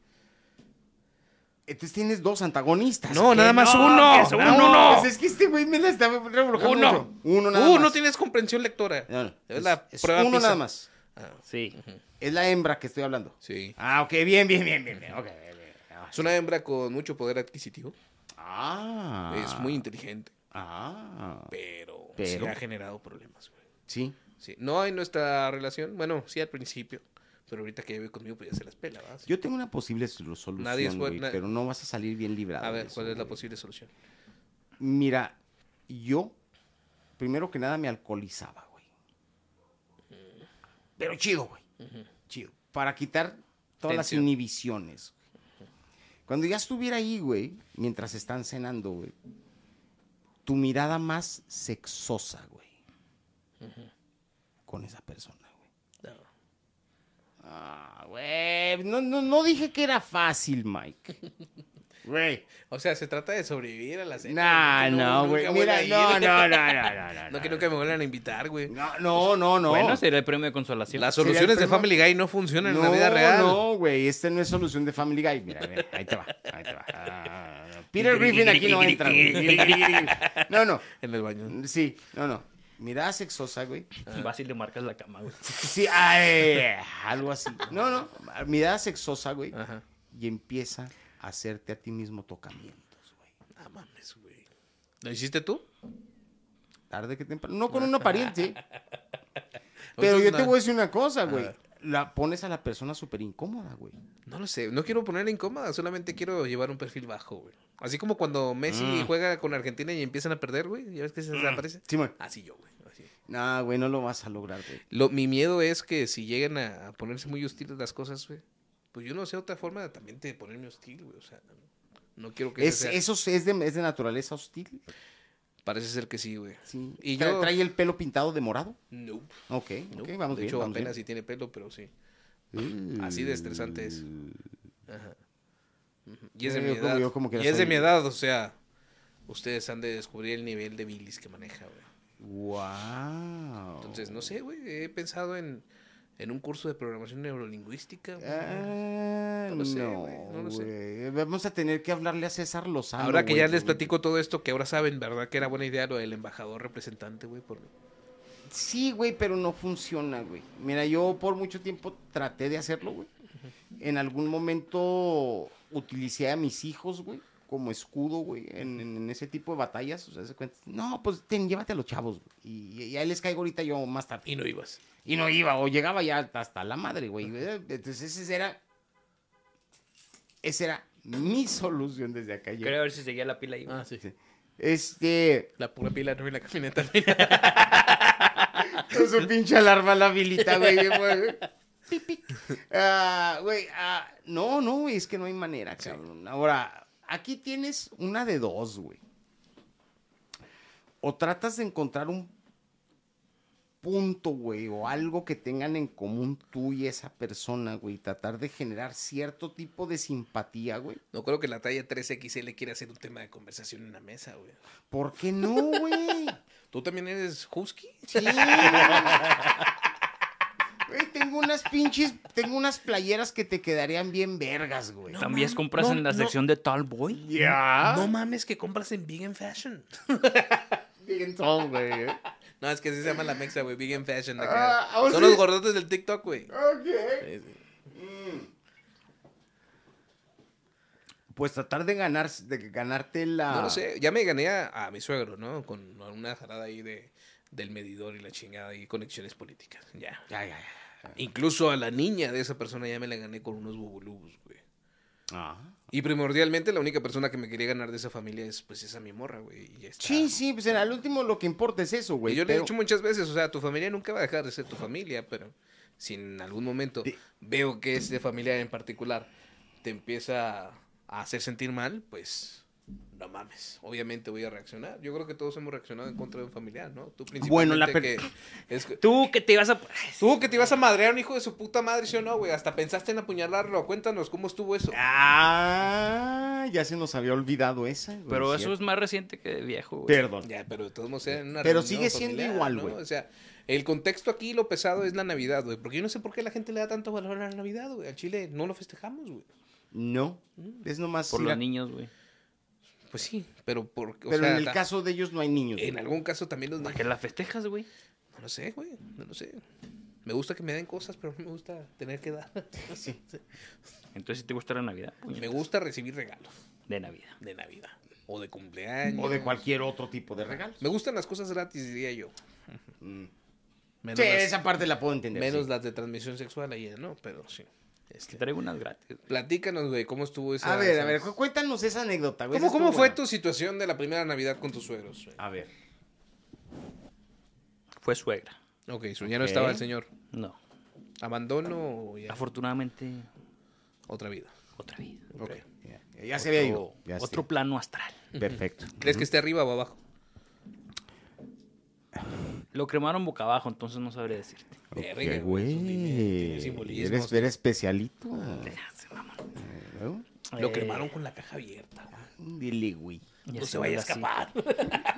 [SPEAKER 2] Entonces tienes dos antagonistas.
[SPEAKER 3] No, nada más uno,
[SPEAKER 2] que son-
[SPEAKER 3] nada
[SPEAKER 2] no,
[SPEAKER 3] uno.
[SPEAKER 2] pues es que este güey me la está revolcando
[SPEAKER 3] Uno.
[SPEAKER 2] mucho. Uno nada
[SPEAKER 3] Uh,
[SPEAKER 2] más.
[SPEAKER 3] no tienes comprensión lectora.
[SPEAKER 2] No, no,
[SPEAKER 3] Es
[SPEAKER 2] es-
[SPEAKER 3] la
[SPEAKER 2] es
[SPEAKER 3] prueba
[SPEAKER 2] uno
[SPEAKER 3] PISA.
[SPEAKER 2] nada más.
[SPEAKER 3] Ah,
[SPEAKER 4] Sí.
[SPEAKER 2] Es la hembra que estoy hablando.
[SPEAKER 3] sí.
[SPEAKER 2] Ah, ok, bien, bien, bien, bien. bien. ok, bien, bien. Ah.
[SPEAKER 3] Es una hembra con mucho poder adquisitivo.
[SPEAKER 2] Ah.
[SPEAKER 3] Es muy inteligente,
[SPEAKER 2] Ah.
[SPEAKER 3] pero, sí
[SPEAKER 2] Pero.
[SPEAKER 3] ha generado problemas. güey.
[SPEAKER 2] Sí.
[SPEAKER 3] Sí. No en nuestra relación, bueno, sí al principio, Pero ahorita que vive conmigo, pues ya se las pela, ¿verdad?
[SPEAKER 2] Yo tengo una posible sol- solución,
[SPEAKER 3] Nadie es buen-
[SPEAKER 2] güey,
[SPEAKER 3] na-
[SPEAKER 2] pero no vas a salir bien librado.
[SPEAKER 3] A
[SPEAKER 2] de
[SPEAKER 3] ver,
[SPEAKER 2] eso,
[SPEAKER 3] ¿cuál es la
[SPEAKER 2] güey.
[SPEAKER 3] posible solución?
[SPEAKER 2] Mira, yo, primero que nada, me alcoholizaba, güey. Pero chido, güey. Chido. Para quitar todas las
[SPEAKER 3] Tensión.
[SPEAKER 2] inhibiciones. Cuando ya estuviera ahí, güey, mientras están cenando, güey, tu mirada más sexosa, güey, con esa persona, güey.
[SPEAKER 3] No.
[SPEAKER 2] Ah, güey, no, no, no dije que era fácil, Mike. Güey.
[SPEAKER 3] O sea, se trata de sobrevivir a la cena.
[SPEAKER 2] No, no, güey.
[SPEAKER 3] nunca
[SPEAKER 2] Mira,
[SPEAKER 3] voy a ir.
[SPEAKER 2] no, no, no, no, no, no.
[SPEAKER 3] No, que nunca me vuelvan a invitar, güey.
[SPEAKER 2] No, no, no, no.
[SPEAKER 4] Bueno, sería el premio de consolación.
[SPEAKER 3] Las
[SPEAKER 2] Sería el
[SPEAKER 3] soluciones de
[SPEAKER 2] primo-
[SPEAKER 3] Family Guy no funcionan en la
[SPEAKER 2] No,
[SPEAKER 3] vida real.
[SPEAKER 2] No, güey, esta no es solución de Family Guy. Mira, a ver, ahí te va, ahí te va. Ah, Peter Griffin aquí no entra. güey. No, no,
[SPEAKER 3] En el baño.
[SPEAKER 2] sí, no, no. Mirada sexosa, güey.
[SPEAKER 4] Vas y le marcas la cama, güey.
[SPEAKER 2] Sí, ay, algo así. No, no, mirada sexosa, güey.
[SPEAKER 3] Ajá.
[SPEAKER 2] Y empieza a hacerte a ti mismo tocamientos, güey.
[SPEAKER 3] No mames, güey. ¿Lo hiciste tú?
[SPEAKER 2] Tarde que temprano. No con una pariente.
[SPEAKER 3] Ahorita
[SPEAKER 2] Pero yo
[SPEAKER 3] no-
[SPEAKER 2] te voy a decir una cosa, güey.
[SPEAKER 3] Ajá.
[SPEAKER 2] La pones a la persona súper incómoda, güey.
[SPEAKER 3] No lo sé. No quiero poner incómoda. Solamente quiero llevar un perfil bajo, güey. Así como cuando Messi
[SPEAKER 2] Mm.
[SPEAKER 3] juega con Argentina y empiezan a perder, güey. Ya ves que se desaparece.
[SPEAKER 2] Simón.
[SPEAKER 3] Así yo, güey. Así.
[SPEAKER 2] No, güey, no lo vas a lograr, güey.
[SPEAKER 3] Lo, mi miedo es que si llegan a, a ponerse muy hostiles las cosas, güey. Pues yo no sé otra forma también de ponerme hostil, güey. O sea, no quiero que
[SPEAKER 2] Es,
[SPEAKER 3] sea.
[SPEAKER 2] eso es de, es de naturaleza hostil.
[SPEAKER 3] Parece ser que sí, güey.
[SPEAKER 2] Sí.
[SPEAKER 3] Y
[SPEAKER 2] Tra-
[SPEAKER 3] yo-
[SPEAKER 2] ¿Trae el pelo pintado de morado?
[SPEAKER 3] Nope,
[SPEAKER 2] Ok, ok,
[SPEAKER 3] nope.
[SPEAKER 2] vamos
[SPEAKER 3] de
[SPEAKER 2] bien,
[SPEAKER 3] hecho,
[SPEAKER 2] vamos
[SPEAKER 3] apenas
[SPEAKER 2] bien. Mm.
[SPEAKER 3] sí tiene pelo, pero sí. Así de estresante es. Ajá. Ujú. Y es de
[SPEAKER 2] Yo-
[SPEAKER 3] mi
[SPEAKER 2] Mm. Eh, yo como-
[SPEAKER 3] edad.
[SPEAKER 2] yo como que
[SPEAKER 3] y
[SPEAKER 2] la
[SPEAKER 3] es de
[SPEAKER 2] soy-
[SPEAKER 3] mi edad, o sea. Ustedes han de descubrir el nivel de bilis que maneja, güey.
[SPEAKER 2] Wow.
[SPEAKER 3] Entonces, no sé, güey. He pensado en, en un curso de programación neurolingüística. güey.
[SPEAKER 2] Ah, no,
[SPEAKER 3] No lo sé, güey,
[SPEAKER 2] güey,
[SPEAKER 3] no lo
[SPEAKER 2] Vamos a tener que hablarle a César Lozano.
[SPEAKER 3] ahora que
[SPEAKER 2] güey,
[SPEAKER 3] ya les
[SPEAKER 2] güey.
[SPEAKER 3] platico todo esto, que ahora saben, ¿verdad? Que era buena idea lo del embajador representante, güey. Por...
[SPEAKER 2] Sí, güey, pero no funciona, güey. Mira, yo por mucho tiempo traté de hacerlo, güey. En algún momento utilicé a mis hijos, güey, como escudo, güey, en, en- en ese tipo de batallas. O sea, se cuenta. No, pues ten, llévate a los chavos, güey. Y, y ahí les caigo ahorita yo más tarde.
[SPEAKER 3] Y no ibas.
[SPEAKER 2] Y no iba, o llegaba ya hasta la madre, güey. Eh, Entonces, ese era. Esa era mi solución desde acá. yo.
[SPEAKER 4] Quería ver si seguía la pila ahí. güey.
[SPEAKER 3] Ah, sí.
[SPEAKER 2] Este.
[SPEAKER 3] La pura pila no y la camioneta.
[SPEAKER 2] Con su pinche alarma la vilita, güey. güey. Pic, pic. Ah, güey, ah, no, no, güey, es que no hay manera, cabrón. Ahora, aquí tienes una de dos, güey. O tratas de encontrar un punto, güey, o algo que tengan en común tú y esa persona, güey. y Tratar de generar cierto tipo de simpatía, güey.
[SPEAKER 3] No creo que la talla 3XL quiera hacer un tema de conversación en la mesa, güey.
[SPEAKER 2] ¿Por qué no, güey?
[SPEAKER 3] ¿Tú también eres husky?
[SPEAKER 2] Sí. Güey, tengo unas pinches, tengo unas playeras que te quedarían bien vergas, güey.
[SPEAKER 4] Ah, También compras en la sección de Tall Boy.
[SPEAKER 2] Ya.
[SPEAKER 3] No mames, que compras en Big and Fashion.
[SPEAKER 2] Bien son, güey.
[SPEAKER 3] No, es que así se llama la mexa, güey. Big and Fashion.
[SPEAKER 2] Ah,
[SPEAKER 3] acá.
[SPEAKER 2] ah,
[SPEAKER 3] Son
[SPEAKER 2] sí.
[SPEAKER 3] los gordotes del TikTok, güey.
[SPEAKER 2] Ok.
[SPEAKER 3] Sí, sí. Mm.
[SPEAKER 2] Pues tratar de ganar, de ganarte la.
[SPEAKER 3] No lo sé. Ya me gané a, a mi suegro, ¿no? Con una jarada ahí de, del medidor y la chingada y conexiones políticas. Ya.
[SPEAKER 2] Ya, ya, ya.
[SPEAKER 3] Incluso a la niña de esa persona ya me la gané con unos bubulubus, güey.
[SPEAKER 2] Ah.
[SPEAKER 3] Y primordialmente la única persona que me quería ganar de esa familia es pues esa mi morra, güey. Y ya está.
[SPEAKER 2] Sí, sí, pues en el último lo que importa es eso, güey.
[SPEAKER 3] Y yo le he
[SPEAKER 2] pero-
[SPEAKER 3] dicho muchas veces, o sea, tu familia nunca va a dejar de ser tu familia, pero si en algún momento
[SPEAKER 2] Di-
[SPEAKER 3] veo que este familiar en particular te empieza a hacer sentir mal, pues no mames. Obviamente voy a reaccionar. Yo creo que todos hemos reaccionado en contra de un familiar, ¿no? Tú principalmente
[SPEAKER 2] Bueno, la per-
[SPEAKER 3] que es que-
[SPEAKER 4] Tú que te ibas a.
[SPEAKER 3] Tú que te ibas a madrear a un hijo de su puta madre, ¿sí o no, güey? Hasta pensaste en apuñalarlo. Cuéntanos cómo estuvo eso.
[SPEAKER 2] Ah, ya se nos había olvidado esa. güey,
[SPEAKER 4] Pero eso
[SPEAKER 2] cierto.
[SPEAKER 4] es más reciente que de viejo, güey.
[SPEAKER 2] Perdón.
[SPEAKER 3] pues, Ya, pero de todos modos era en una
[SPEAKER 2] Pero
[SPEAKER 3] reunión
[SPEAKER 2] sigue siendo
[SPEAKER 3] familiar,
[SPEAKER 2] igual,
[SPEAKER 3] ¿no?
[SPEAKER 2] güey.
[SPEAKER 3] O sea, el contexto aquí, lo pesado es la Navidad, güey. Porque yo no sé por qué la gente le da tanto valor a la Navidad, güey. Al Chile no lo festejamos, güey.
[SPEAKER 2] No.
[SPEAKER 3] Mm.
[SPEAKER 2] Es nomás.
[SPEAKER 4] Por
[SPEAKER 2] ir a-
[SPEAKER 4] los niños, güey.
[SPEAKER 3] Pues sí, pero por, o
[SPEAKER 2] Pero
[SPEAKER 3] sea,
[SPEAKER 2] en el
[SPEAKER 3] ta-
[SPEAKER 2] caso de ellos no hay niños.
[SPEAKER 3] en
[SPEAKER 2] güey.
[SPEAKER 3] algún caso también los
[SPEAKER 4] ¿Para qué
[SPEAKER 3] niños.
[SPEAKER 4] la festejas, güey?
[SPEAKER 3] No lo sé, güey. No lo sé. Me gusta que me den cosas, pero no me gusta tener que dar.
[SPEAKER 4] Entonces, si te gusta la Navidad, puñetas.
[SPEAKER 3] me gusta recibir regalos
[SPEAKER 4] De Navidad.
[SPEAKER 3] de Navidad o de cumpleaños.
[SPEAKER 2] O de cualquier otro tipo de regalos.
[SPEAKER 3] Me gustan las cosas gratis, diría yo.
[SPEAKER 2] Mm.
[SPEAKER 3] Menos,
[SPEAKER 2] Sí,
[SPEAKER 3] las,
[SPEAKER 2] esa parte la puedo entender.
[SPEAKER 3] menos
[SPEAKER 2] sí.
[SPEAKER 3] las de transmisión sexual ahí, ¿eh? ¿no? Pero sí.
[SPEAKER 4] Te
[SPEAKER 3] Este,
[SPEAKER 4] traigo unas gratis.
[SPEAKER 3] platícanos, güey, ¿cómo estuvo esa...
[SPEAKER 2] A ver, a
[SPEAKER 3] esa-
[SPEAKER 2] ver, cu- cuéntanos esa anécdota, güey.
[SPEAKER 3] ¿Cómo,
[SPEAKER 2] Esa
[SPEAKER 3] cómo
[SPEAKER 2] estuvo
[SPEAKER 3] fue
[SPEAKER 2] buena.
[SPEAKER 3] tu situación de la primera Navidad con tus suegros? güey?
[SPEAKER 2] A ver.
[SPEAKER 4] Fue suegra.
[SPEAKER 3] Ok, su- ya no estaba
[SPEAKER 2] Ok.
[SPEAKER 3] el señor.
[SPEAKER 4] No.
[SPEAKER 3] ¿Abandono o ya?
[SPEAKER 4] Afortunadamente,
[SPEAKER 3] Otra vida.
[SPEAKER 4] otra vida.
[SPEAKER 3] Ok.
[SPEAKER 2] Ya, ya se había ido.
[SPEAKER 4] Otro-
[SPEAKER 2] Ya
[SPEAKER 4] otro
[SPEAKER 2] sé.
[SPEAKER 4] plano astral.
[SPEAKER 2] Perfecto.
[SPEAKER 3] ¿Crees que esté arriba o abajo?
[SPEAKER 4] Lo cremaron boca abajo, entonces no sabré decirte.
[SPEAKER 3] Verga,
[SPEAKER 2] Ok,
[SPEAKER 3] güey, eso tiene- tiene
[SPEAKER 2] güey.
[SPEAKER 3] simbolismos.
[SPEAKER 2] Eres, eres especialito. Ah, ¿no?
[SPEAKER 3] Lo
[SPEAKER 4] Eh,
[SPEAKER 3] cremaron con la caja abierta. güey.
[SPEAKER 2] Dile, güey.
[SPEAKER 4] y
[SPEAKER 3] No
[SPEAKER 4] así
[SPEAKER 3] se vaya a
[SPEAKER 4] ahora sí.
[SPEAKER 3] escapar.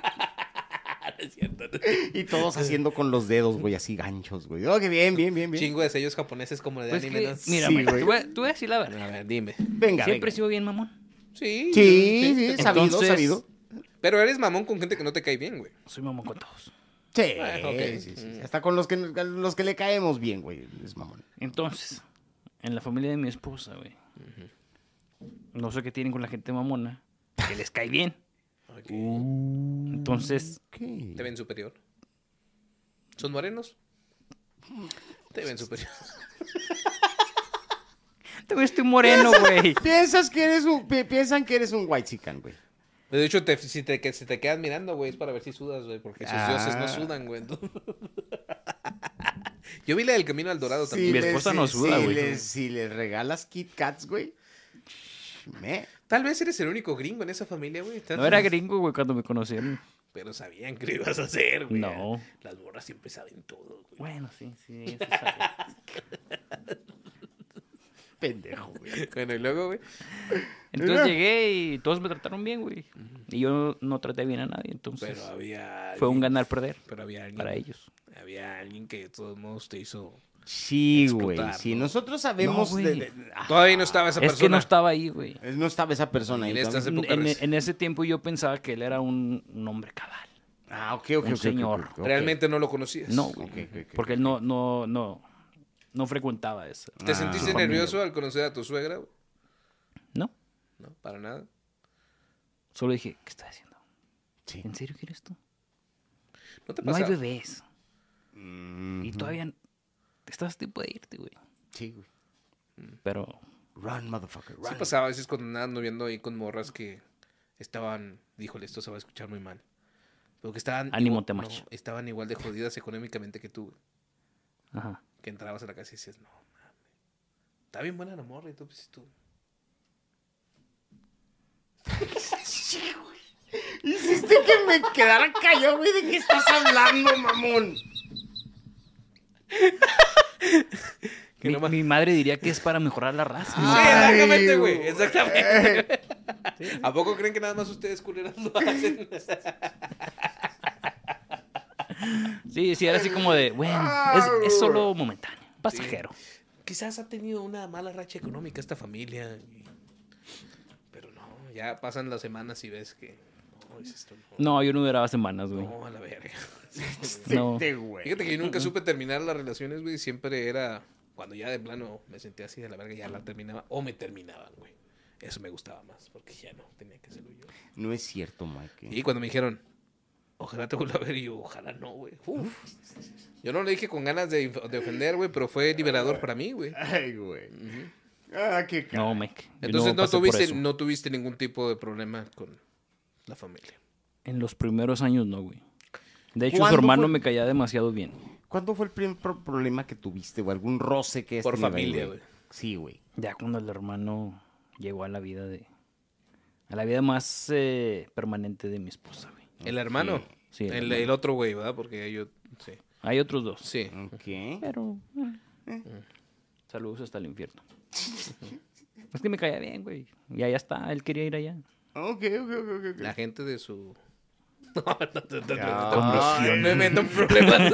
[SPEAKER 3] No es cierto.
[SPEAKER 2] Y todos haciendo con los dedos, güey, así ganchos, güey. Oh, qué bien, bien, bien, bien.
[SPEAKER 3] Chingo de sellos japoneses como de
[SPEAKER 4] Pues
[SPEAKER 3] anime.
[SPEAKER 4] que,
[SPEAKER 3] ¿no?
[SPEAKER 4] mira,
[SPEAKER 2] Sí,
[SPEAKER 4] man,
[SPEAKER 2] güey.
[SPEAKER 4] tú, voy- tú voy a decir la verdad.
[SPEAKER 3] A ver, dime.
[SPEAKER 2] Venga,
[SPEAKER 4] Siempre he
[SPEAKER 2] venga.
[SPEAKER 4] sido bien mamón.
[SPEAKER 3] Sí.
[SPEAKER 2] Sí, sí, sabido,
[SPEAKER 4] Entonces-
[SPEAKER 2] sabido.
[SPEAKER 3] Pero eres mamón con gente que no te cae bien, güey.
[SPEAKER 4] Soy mamón con todos.
[SPEAKER 2] Sí,
[SPEAKER 3] Ah, ok.
[SPEAKER 2] sí, sí, sí. Hasta con los que, los que le caemos bien, güey. Es mamón.
[SPEAKER 4] Entonces, en la familia de mi esposa, güey. No sé qué tienen con la gente mamona. Que les cae bien.
[SPEAKER 3] Ok.
[SPEAKER 2] Uh.
[SPEAKER 4] Entonces,
[SPEAKER 3] ¿Te ven superior? ¿Son morenos? Te ven superior.
[SPEAKER 4] te ves estoy moreno, güey.
[SPEAKER 2] Piensas que eres un, pi- piensan que eres un white chican, güey.
[SPEAKER 3] De hecho, te- si, te, que, si te quedas mirando, güey, es para ver si sudas, güey, porque sus
[SPEAKER 2] Ah.
[SPEAKER 3] dioses no sudan, güey. entonces. Yo vi la del Camino al Dorado también.
[SPEAKER 4] Mi
[SPEAKER 2] les-
[SPEAKER 4] esposa no
[SPEAKER 2] si-
[SPEAKER 4] suda,
[SPEAKER 2] si
[SPEAKER 4] güey.
[SPEAKER 2] les- Si les regalas Kit Kats, güey. me-
[SPEAKER 3] Tal vez eres el único gringo en esa familia, güey. Tal-
[SPEAKER 4] No era gringo, güey, cuando me conocieron.
[SPEAKER 3] Pero sabían que lo ibas a hacer, güey.
[SPEAKER 4] No.
[SPEAKER 3] Las morras siempre saben todo, güey.
[SPEAKER 4] Bueno, sí, sí. eso sabe.
[SPEAKER 2] Pendejo, güey.
[SPEAKER 3] Bueno, y luego, güey.
[SPEAKER 4] Entonces
[SPEAKER 2] Mira.
[SPEAKER 4] llegué y todos me trataron bien, güey. Y yo no, no traté bien a nadie, entonces
[SPEAKER 3] Pero había.
[SPEAKER 4] fue un
[SPEAKER 3] alguien-
[SPEAKER 4] ganar-perder
[SPEAKER 3] Pero había alguien.
[SPEAKER 4] para ellos.
[SPEAKER 3] Había alguien que de todos modos te hizo.
[SPEAKER 2] Sí,
[SPEAKER 3] Explotar,
[SPEAKER 2] güey.
[SPEAKER 3] ¿no?
[SPEAKER 2] Si nosotros sabemos.
[SPEAKER 4] No, güey.
[SPEAKER 2] de- de- ah,
[SPEAKER 3] Todavía no estaba esa
[SPEAKER 4] Es que no
[SPEAKER 3] persona.
[SPEAKER 4] estaba ahí, güey.
[SPEAKER 2] no estaba esa persona ahí.
[SPEAKER 3] En estas
[SPEAKER 2] todavía.
[SPEAKER 4] En,
[SPEAKER 3] épocas
[SPEAKER 4] en-
[SPEAKER 3] reci-
[SPEAKER 4] en ese tiempo yo pensaba que él era un, un hombre cabal.
[SPEAKER 2] Ah, ok, ok,
[SPEAKER 4] Un
[SPEAKER 2] ok, ok.
[SPEAKER 4] señor.
[SPEAKER 2] ok, ok.
[SPEAKER 3] Realmente no lo conocías.
[SPEAKER 4] No, güey.
[SPEAKER 2] Ok, ok, ok.
[SPEAKER 4] Porque él no, no, no, no frecuentaba eso.
[SPEAKER 3] ¿Te
[SPEAKER 2] Ah,
[SPEAKER 3] sentiste
[SPEAKER 2] su familia.
[SPEAKER 3] nervioso al conocer a tu suegra? güey?
[SPEAKER 4] No,
[SPEAKER 3] No, para nada.
[SPEAKER 4] solo dije, ¿qué estás haciendo?
[SPEAKER 2] Sí.
[SPEAKER 4] ¿En serio quieres tú?
[SPEAKER 3] No te
[SPEAKER 4] No hay
[SPEAKER 3] pasaba.
[SPEAKER 4] bebés.
[SPEAKER 2] Mm,
[SPEAKER 4] Y todavía estás tipo de irte, güey.
[SPEAKER 2] Sí, güey.
[SPEAKER 4] Pero
[SPEAKER 2] Run, motherfucker,
[SPEAKER 3] Sí
[SPEAKER 2] run.
[SPEAKER 3] pasaba a veces con andaba viendo ahí con morras que estaban, híjole, esto se va a escuchar muy mal. Pero que estaban
[SPEAKER 4] Ánimo,
[SPEAKER 3] igual-
[SPEAKER 4] te
[SPEAKER 3] no,
[SPEAKER 4] macho.
[SPEAKER 3] estaban igual de jodidas económicamente que tú, güey.
[SPEAKER 4] Ajá.
[SPEAKER 3] que entrabas a la casa y decías, no, mames. Está bien buena la morra y tú pues tú.
[SPEAKER 2] Hiciste que me quedara callado, güey. ¿De qué estás hablando, mamón?
[SPEAKER 3] Que
[SPEAKER 4] Mi,
[SPEAKER 3] nomás- Ah.
[SPEAKER 4] mi madre diría que es para mejorar la raza.
[SPEAKER 3] Sí,
[SPEAKER 4] ¿no?
[SPEAKER 3] exactamente,
[SPEAKER 2] Ay,
[SPEAKER 3] güey.
[SPEAKER 2] güey.
[SPEAKER 3] Exactamente. ¿A poco creen que nada más ustedes culeras lo hacen?
[SPEAKER 4] Sí, sí, era así como de, bueno, es, es solo momentáneo, pasajero.
[SPEAKER 3] Quizás ha tenido una mala racha económica esta familia. y- Pero no, ya pasan las semanas y ves que. No, dices tú, no.
[SPEAKER 4] No, yo no duraba semanas, güey.
[SPEAKER 3] No, a la verga.
[SPEAKER 4] No.
[SPEAKER 2] Este güey.
[SPEAKER 3] Fíjate que yo nunca supe terminar las relaciones, güey. Siempre era cuando ya de plano me sentía así de la verga, ya la terminaba o me terminaban, güey. Eso me gustaba más porque ya no tenía que hacerlo yo.
[SPEAKER 2] No es cierto, Mike.
[SPEAKER 3] Y cuando me dijeron, ojalá te vuelva a ver, y yo, ojalá no, güey. Uf. Yo no le dije con ganas de, inf- de ofender, güey, pero fue liberador para mí, güey.
[SPEAKER 2] Ay, güey. Ah, qué ca-
[SPEAKER 4] No, mec. yo
[SPEAKER 3] Entonces no,
[SPEAKER 4] pasé por
[SPEAKER 3] tuviste,
[SPEAKER 4] eso.
[SPEAKER 3] no tuviste ningún tipo de problema con la familia.
[SPEAKER 4] En los primeros años no, güey. De hecho, su
[SPEAKER 2] ¿Cuándo
[SPEAKER 4] hermano
[SPEAKER 2] fue?
[SPEAKER 4] me caía demasiado bien.
[SPEAKER 2] ¿Cuándo fue el primer pro- problema que tuviste o algún roce que has
[SPEAKER 3] Por
[SPEAKER 2] tenido ahí,
[SPEAKER 3] familia, güey.
[SPEAKER 2] Sí, güey.
[SPEAKER 4] Ya cuando el hermano llegó a la vida de... A la vida más eh, permanente de mi esposa, güey.
[SPEAKER 3] El hermano.
[SPEAKER 4] Ah, Sí, el
[SPEAKER 3] el,
[SPEAKER 4] hermano.
[SPEAKER 3] el otro güey, ¿verdad? Porque yo. Sí.
[SPEAKER 4] Hay otros dos.
[SPEAKER 3] Sí.
[SPEAKER 2] Ok.
[SPEAKER 4] Pero... eh. Saludos hasta el infierno. es que me caía bien, güey. Y allá está, él quería ir allá.
[SPEAKER 2] Ok, ok, ok, ok, ok.
[SPEAKER 3] La gente de su. Ah. No, no, no, no, no,
[SPEAKER 4] Condición.
[SPEAKER 3] no me meto en problemas.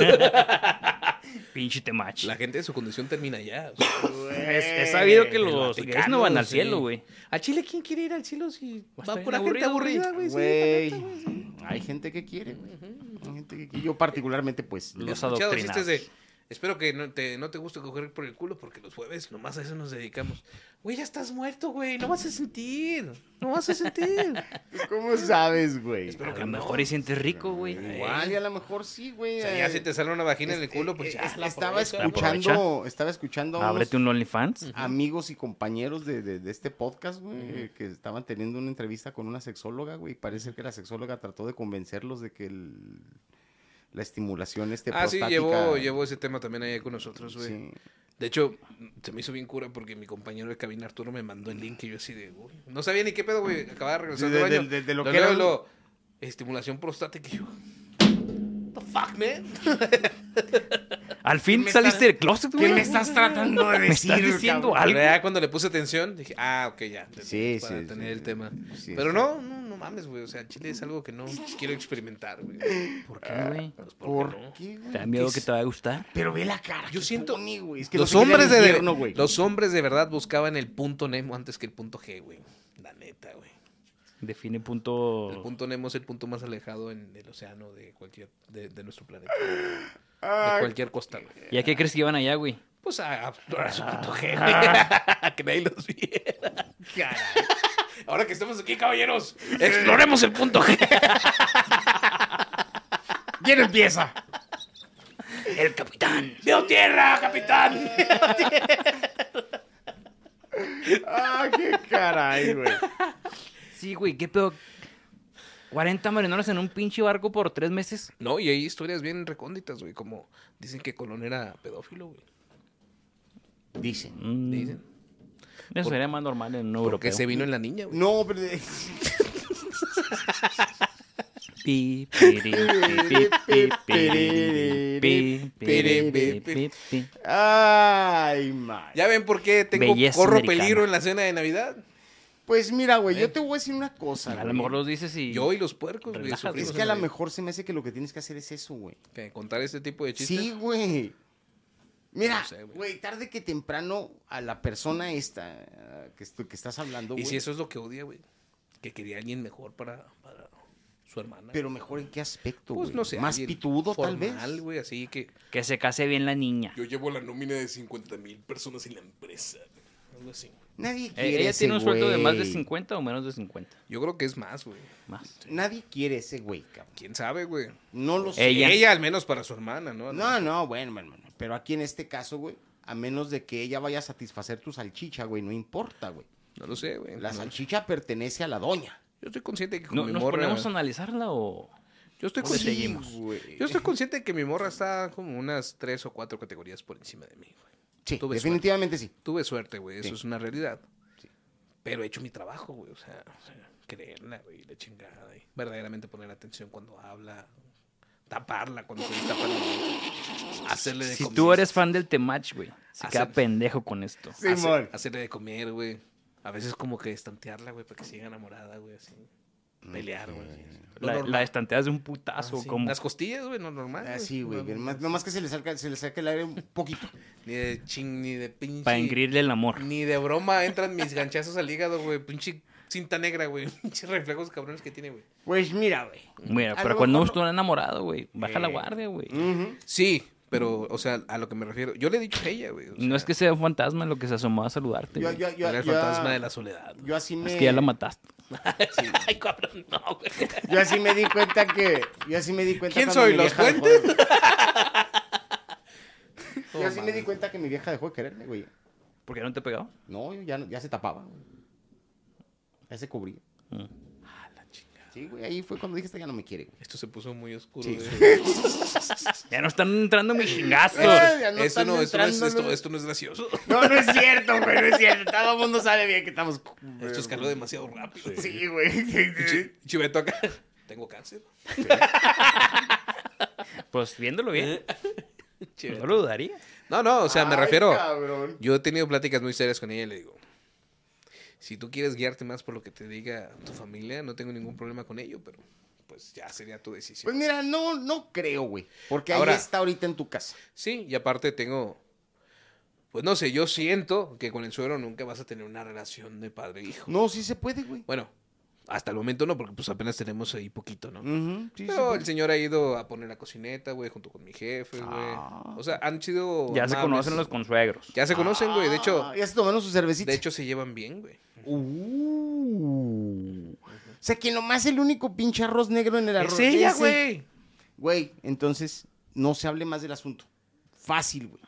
[SPEAKER 4] Pinche temach.
[SPEAKER 3] La gente de su condición termina ya. o sea.
[SPEAKER 4] Es, es sabido que
[SPEAKER 3] El
[SPEAKER 4] los
[SPEAKER 3] Vaticano,
[SPEAKER 4] gays no van al
[SPEAKER 3] sí.
[SPEAKER 4] cielo, güey.
[SPEAKER 3] ¿A Chile quién quiere ir al cielo si
[SPEAKER 4] Va a
[SPEAKER 3] va
[SPEAKER 4] estar
[SPEAKER 3] pura
[SPEAKER 4] bien
[SPEAKER 3] gente
[SPEAKER 4] aburrido,
[SPEAKER 3] aburrida, Ah, güey? Sí,
[SPEAKER 2] Güey,
[SPEAKER 3] la neta, güey, sí.
[SPEAKER 2] hay gente que quiere, güey. Hay gente que quiere. Yo particularmente, pues.
[SPEAKER 4] Los
[SPEAKER 3] escuchado
[SPEAKER 4] adoctrinados.
[SPEAKER 3] chistes de Espero que no te, no te guste coger por el culo porque los jueves nomás a eso nos dedicamos. Güey, ya estás muerto, güey. No vas a sentir. No vas a sentir.
[SPEAKER 2] ¿Cómo sabes, güey?
[SPEAKER 3] Espero
[SPEAKER 4] a
[SPEAKER 3] que
[SPEAKER 4] lo
[SPEAKER 3] no.
[SPEAKER 4] mejor y sientes rico, güey.
[SPEAKER 2] Igual, y a lo mejor sí, güey. eh,
[SPEAKER 3] O sea, ya si te sale una vagina en el
[SPEAKER 2] Este,
[SPEAKER 3] culo, pues
[SPEAKER 2] eh,
[SPEAKER 3] ya.
[SPEAKER 2] es-
[SPEAKER 3] la
[SPEAKER 2] estaba
[SPEAKER 3] aprovecha,
[SPEAKER 4] escucha-
[SPEAKER 2] escuchando, estaba escuchando a unos
[SPEAKER 4] Ábrete un OnlyFans.
[SPEAKER 2] amigos y compañeros de, de- de este podcast, güey, que estaban teniendo una entrevista con una sexóloga, güey, y parece que la sexóloga trató de convencerlos de que el- la estimulación este
[SPEAKER 3] Ah, sí,
[SPEAKER 2] prostática-
[SPEAKER 3] llevó, llevó ese tema también ahí con nosotros, güey.
[SPEAKER 2] Sí.
[SPEAKER 3] De hecho, se me hizo bien cura porque mi compañero de cabina Arturo me mandó el link y yo así de, güey, no sabía ni qué pedo, güey, acababa de regresar
[SPEAKER 2] De-
[SPEAKER 3] del
[SPEAKER 2] de-
[SPEAKER 3] baño.
[SPEAKER 2] de- de lo
[SPEAKER 3] Lo
[SPEAKER 2] que
[SPEAKER 3] leo
[SPEAKER 2] era,
[SPEAKER 3] y lo- estimulación prostática y yo, the fuck, man?
[SPEAKER 4] Al fin
[SPEAKER 2] me
[SPEAKER 4] saliste
[SPEAKER 2] está-
[SPEAKER 4] del closet, güey.
[SPEAKER 2] ¿Qué me estás tratando de
[SPEAKER 4] ¿Me estás
[SPEAKER 2] decir,
[SPEAKER 4] diciendo
[SPEAKER 2] cabrón?
[SPEAKER 3] Pero
[SPEAKER 4] algo?
[SPEAKER 3] ya cuando le puse atención, dije, ah, ok, ya.
[SPEAKER 2] Sí,
[SPEAKER 3] para
[SPEAKER 2] sí,
[SPEAKER 3] tener
[SPEAKER 2] sí,
[SPEAKER 3] el
[SPEAKER 2] sí.
[SPEAKER 3] tema.
[SPEAKER 2] Sí,
[SPEAKER 3] Pero
[SPEAKER 2] sí.
[SPEAKER 3] no, no, no mames, güey, o sea, Chile es algo que no quiero experimentar, güey.
[SPEAKER 4] ¿Por qué, güey?
[SPEAKER 3] Pues, ¿por qué
[SPEAKER 2] ¿Por
[SPEAKER 3] no?
[SPEAKER 2] qué,
[SPEAKER 4] ¿Te da
[SPEAKER 2] güey?
[SPEAKER 4] miedo que te va a gustar?
[SPEAKER 2] Pero ve la cara.
[SPEAKER 3] Yo
[SPEAKER 2] que
[SPEAKER 3] siento-
[SPEAKER 2] pone, güey. Es que
[SPEAKER 3] Los
[SPEAKER 2] no se quiere
[SPEAKER 3] hombres
[SPEAKER 2] ir
[SPEAKER 3] de
[SPEAKER 2] al
[SPEAKER 3] ver-
[SPEAKER 2] infierno, güey.
[SPEAKER 3] los hombres de verdad buscaban el punto Nemo antes que el punto G, güey. La neta, güey.
[SPEAKER 4] Define punto...
[SPEAKER 3] El punto Nemo es el punto más alejado en el océano de cualquier de, de nuestro planeta.
[SPEAKER 2] Ah,
[SPEAKER 3] de cualquier costa, güey.
[SPEAKER 4] ¿Y a qué crees que iban allá, güey?
[SPEAKER 3] Pues a, a explorar su punto
[SPEAKER 2] ah.
[SPEAKER 3] G, güey. que nadie los viera. Ahora que estamos aquí, caballeros, exploremos el punto G.
[SPEAKER 2] ¿Quién empieza?
[SPEAKER 4] El capitán.
[SPEAKER 3] ¡Dios tierra, capitán!
[SPEAKER 2] Ah, qué caray, güey.
[SPEAKER 4] Sí, güey, qué pedo. 40 marineros en un pinche barco por tres meses.
[SPEAKER 3] No, y hay historias bien recónditas, güey. Como dicen que Colón era pedófilo, güey.
[SPEAKER 2] Dicen.
[SPEAKER 4] Mm,
[SPEAKER 3] Dicen.
[SPEAKER 4] Eso sería más normal en un
[SPEAKER 3] Porque
[SPEAKER 4] europeo.
[SPEAKER 3] se vino en la niña, güey.
[SPEAKER 2] No, pero...
[SPEAKER 4] Pi, piri, pi, pi, pi, pi, piri, pi, pi, pi.
[SPEAKER 2] Ay, man.
[SPEAKER 3] ¿Ya ven por qué tengo
[SPEAKER 4] Belleza
[SPEAKER 3] corro
[SPEAKER 4] americana.
[SPEAKER 3] peligro en la cena de Navidad?
[SPEAKER 2] Pues mira, güey,
[SPEAKER 3] Eh.
[SPEAKER 2] yo te voy a decir una cosa.
[SPEAKER 4] A lo
[SPEAKER 2] güey.
[SPEAKER 4] mejor los dices y...
[SPEAKER 3] Yo y los puercos, güey.
[SPEAKER 4] Relájate.
[SPEAKER 3] sufrimos
[SPEAKER 2] Es que a
[SPEAKER 3] en
[SPEAKER 2] lo
[SPEAKER 3] Navidad.
[SPEAKER 2] mejor se me hace que lo que tienes que hacer es eso, güey.
[SPEAKER 3] Que Contar este tipo de chistes.
[SPEAKER 2] Sí, güey. Mira,
[SPEAKER 3] No sé, güey.
[SPEAKER 2] güey, tarde que temprano a la persona esta eh, que, estu- que estás hablando,
[SPEAKER 3] Y
[SPEAKER 2] güey.
[SPEAKER 3] si eso es lo que odia, güey. Que quería alguien mejor para, para su hermana.
[SPEAKER 2] Pero mejor en qué aspecto,
[SPEAKER 3] pues
[SPEAKER 2] güey?
[SPEAKER 3] no sé.
[SPEAKER 2] Más
[SPEAKER 3] alguien
[SPEAKER 2] pitudo, tal
[SPEAKER 3] formal,
[SPEAKER 2] vez.
[SPEAKER 3] güey, así que.
[SPEAKER 4] Que se case bien la niña.
[SPEAKER 3] Yo llevo la nómina de 50 mil personas en la empresa. Algo así.
[SPEAKER 2] Nadie
[SPEAKER 4] Eh,
[SPEAKER 2] quiere
[SPEAKER 4] ¿Ella
[SPEAKER 2] ese,
[SPEAKER 4] tiene un sueldo de más de
[SPEAKER 2] güey.
[SPEAKER 4] 50 o menos de 50?
[SPEAKER 3] Yo creo que es más, güey.
[SPEAKER 4] Más.
[SPEAKER 2] Nadie quiere ese, güey, cabrón.
[SPEAKER 3] ¿Quién sabe, güey?
[SPEAKER 2] No lo sé.
[SPEAKER 4] Ella.
[SPEAKER 3] Ella. al menos para su hermana, ¿no?
[SPEAKER 2] No, no, bueno, hermano. Pero aquí en este caso, güey, a menos de que ella vaya a satisfacer tu salchicha, güey, no importa, güey.
[SPEAKER 3] No lo sé, güey.
[SPEAKER 2] La
[SPEAKER 3] Eh, No.
[SPEAKER 2] salchicha pertenece a la doña.
[SPEAKER 3] Yo estoy consciente que con
[SPEAKER 4] No,
[SPEAKER 3] mi
[SPEAKER 4] ¿Nos
[SPEAKER 3] morra.
[SPEAKER 4] ponemos a analizarla o...?
[SPEAKER 3] Yo estoy
[SPEAKER 4] ¿Dónde
[SPEAKER 3] consci-
[SPEAKER 4] seguimos?
[SPEAKER 2] güey.
[SPEAKER 3] Yo estoy consciente de que mi morra está como unas tres o cuatro categorías por encima de mí, güey.
[SPEAKER 2] Sí,
[SPEAKER 3] Tuve
[SPEAKER 2] definitivamente sí.
[SPEAKER 3] Tuve suerte, güey, eso
[SPEAKER 2] Sí.
[SPEAKER 3] es una realidad. Pero he hecho mi trabajo, güey, o sea, o sea, creerla, güey, la chingada, y verdaderamente poner atención cuando habla, taparla cuando se destapa la boca, hacerle de
[SPEAKER 4] Si
[SPEAKER 3] comer.
[SPEAKER 4] tú eres fan del Temach, güey, se
[SPEAKER 3] Hacer-
[SPEAKER 4] queda pendejo con esto.
[SPEAKER 3] hace-
[SPEAKER 2] Simón.
[SPEAKER 3] hacerle de comer, güey. A veces como que estantearla, güey, para que siga enamorada, güey, así. Pelear, güey. así. Lo
[SPEAKER 4] La,
[SPEAKER 3] normal.
[SPEAKER 4] la estanteas de un
[SPEAKER 3] Ah,
[SPEAKER 4] putazo,
[SPEAKER 3] sí.
[SPEAKER 4] como...
[SPEAKER 3] Las costillas, güey, no normal.
[SPEAKER 2] Así, Ah, güey.
[SPEAKER 3] No,
[SPEAKER 2] bien,
[SPEAKER 3] no,
[SPEAKER 2] más- Nomás que se le saca, se le saca el aire un poquito.
[SPEAKER 3] Ni de ching, ni de pinche.
[SPEAKER 4] Para engrirle el amor.
[SPEAKER 3] Ni de broma entran mis ganchazos al hígado, güey. Pinche cinta negra, güey. Pinche reflejos cabrones que tiene, güey.
[SPEAKER 2] Pues mira, güey.
[SPEAKER 3] Mm.
[SPEAKER 4] Mira,
[SPEAKER 2] A lo
[SPEAKER 4] pero cuando uno
[SPEAKER 2] mejor no-
[SPEAKER 4] está enamorado, güey, baja la
[SPEAKER 3] Eh.
[SPEAKER 4] guardia, güey.
[SPEAKER 2] Ujú.
[SPEAKER 3] Sí, pero, o sea, a lo que me refiero. Yo le he dicho a ella, güey. o sea,
[SPEAKER 4] No es que sea un fantasma lo que se asomó a saludarte.
[SPEAKER 2] Yo,
[SPEAKER 4] güey.
[SPEAKER 2] yo, yo,
[SPEAKER 3] era el
[SPEAKER 2] yo-
[SPEAKER 3] fantasma de la soledad. güey.
[SPEAKER 2] yo así me.
[SPEAKER 4] Es que ya la mataste.
[SPEAKER 3] Ay, cabrón, no, güey.
[SPEAKER 2] Yo así me di cuenta que. Yo así me di cuenta.
[SPEAKER 3] ¿Quién
[SPEAKER 2] cuando
[SPEAKER 3] soy,
[SPEAKER 2] mi
[SPEAKER 3] los
[SPEAKER 2] vieja dejó de-
[SPEAKER 3] puentes?
[SPEAKER 2] Yo
[SPEAKER 3] No
[SPEAKER 2] así me di
[SPEAKER 3] mames.
[SPEAKER 2] cuenta que mi vieja dejó de quererme, güey.
[SPEAKER 4] ¿Por qué no te pegaba?
[SPEAKER 2] No, yo ya, no- ya se tapaba. güey. Ya se cubría.
[SPEAKER 4] Mm.
[SPEAKER 3] Ah, la chingada.
[SPEAKER 2] Sí, güey. Ahí fue cuando dije, esta ya no me quiere, güey.
[SPEAKER 3] Esto se puso muy oscuro,
[SPEAKER 2] Sí.
[SPEAKER 3] güey.
[SPEAKER 4] Ya no están entrando mis chingazos.
[SPEAKER 2] Eh, ya no
[SPEAKER 3] Esto
[SPEAKER 2] están
[SPEAKER 3] no, esto no es,
[SPEAKER 2] entrando,
[SPEAKER 3] esto,
[SPEAKER 2] ¿no?
[SPEAKER 3] esto no es gracioso.
[SPEAKER 2] No, no es cierto, güey. No es cierto. Todo el mundo sabe bien que estamos.
[SPEAKER 3] Esto escaló demasiado rápido.
[SPEAKER 2] Sí, güey.
[SPEAKER 3] Chi- Chiveto acá. Tengo cáncer.
[SPEAKER 4] Pues viéndolo
[SPEAKER 3] Eh.
[SPEAKER 4] bien, no
[SPEAKER 3] Chiveto.
[SPEAKER 4] lo dudaría.
[SPEAKER 3] No, no, o sea, me
[SPEAKER 2] Ay,
[SPEAKER 3] refiero.
[SPEAKER 2] cabrón.
[SPEAKER 3] Yo he tenido pláticas muy serias con ella y le digo, si tú quieres guiarte más por lo que te diga tu familia, no tengo ningún problema con ello, pero pues ya sería tu
[SPEAKER 2] Pues
[SPEAKER 3] decisión.
[SPEAKER 2] mira, no, no creo, güey. Porque
[SPEAKER 3] Ahora-
[SPEAKER 2] ahí está ahorita en tu casa.
[SPEAKER 3] Sí, y aparte tengo, pues no sé, yo siento que con el suegro nunca vas a tener una relación de padre-hijo.
[SPEAKER 2] No, sí se puede, güey.
[SPEAKER 3] Bueno, Hasta el momento no, porque pues apenas tenemos ahí poquito, ¿no?
[SPEAKER 2] Ujú, sí, sí,
[SPEAKER 3] Pero
[SPEAKER 2] pues.
[SPEAKER 3] el señor ha ido a poner la cocineta, güey, junto con mi jefe, güey.
[SPEAKER 2] Ah.
[SPEAKER 3] O sea, han sido.
[SPEAKER 4] Ya se
[SPEAKER 3] amables.
[SPEAKER 4] conocen los consuegros.
[SPEAKER 3] Ya se conocen, güey. De hecho,
[SPEAKER 2] Ah, ya se tomaron su cervecita.
[SPEAKER 3] de hecho se llevan bien, güey.
[SPEAKER 2] Uh. O sea, que nomás el único pinche arroz negro en el arroz.
[SPEAKER 3] Es ella,
[SPEAKER 2] ese.
[SPEAKER 3] güey.
[SPEAKER 2] Güey, entonces no se hable más del asunto. Fácil, güey.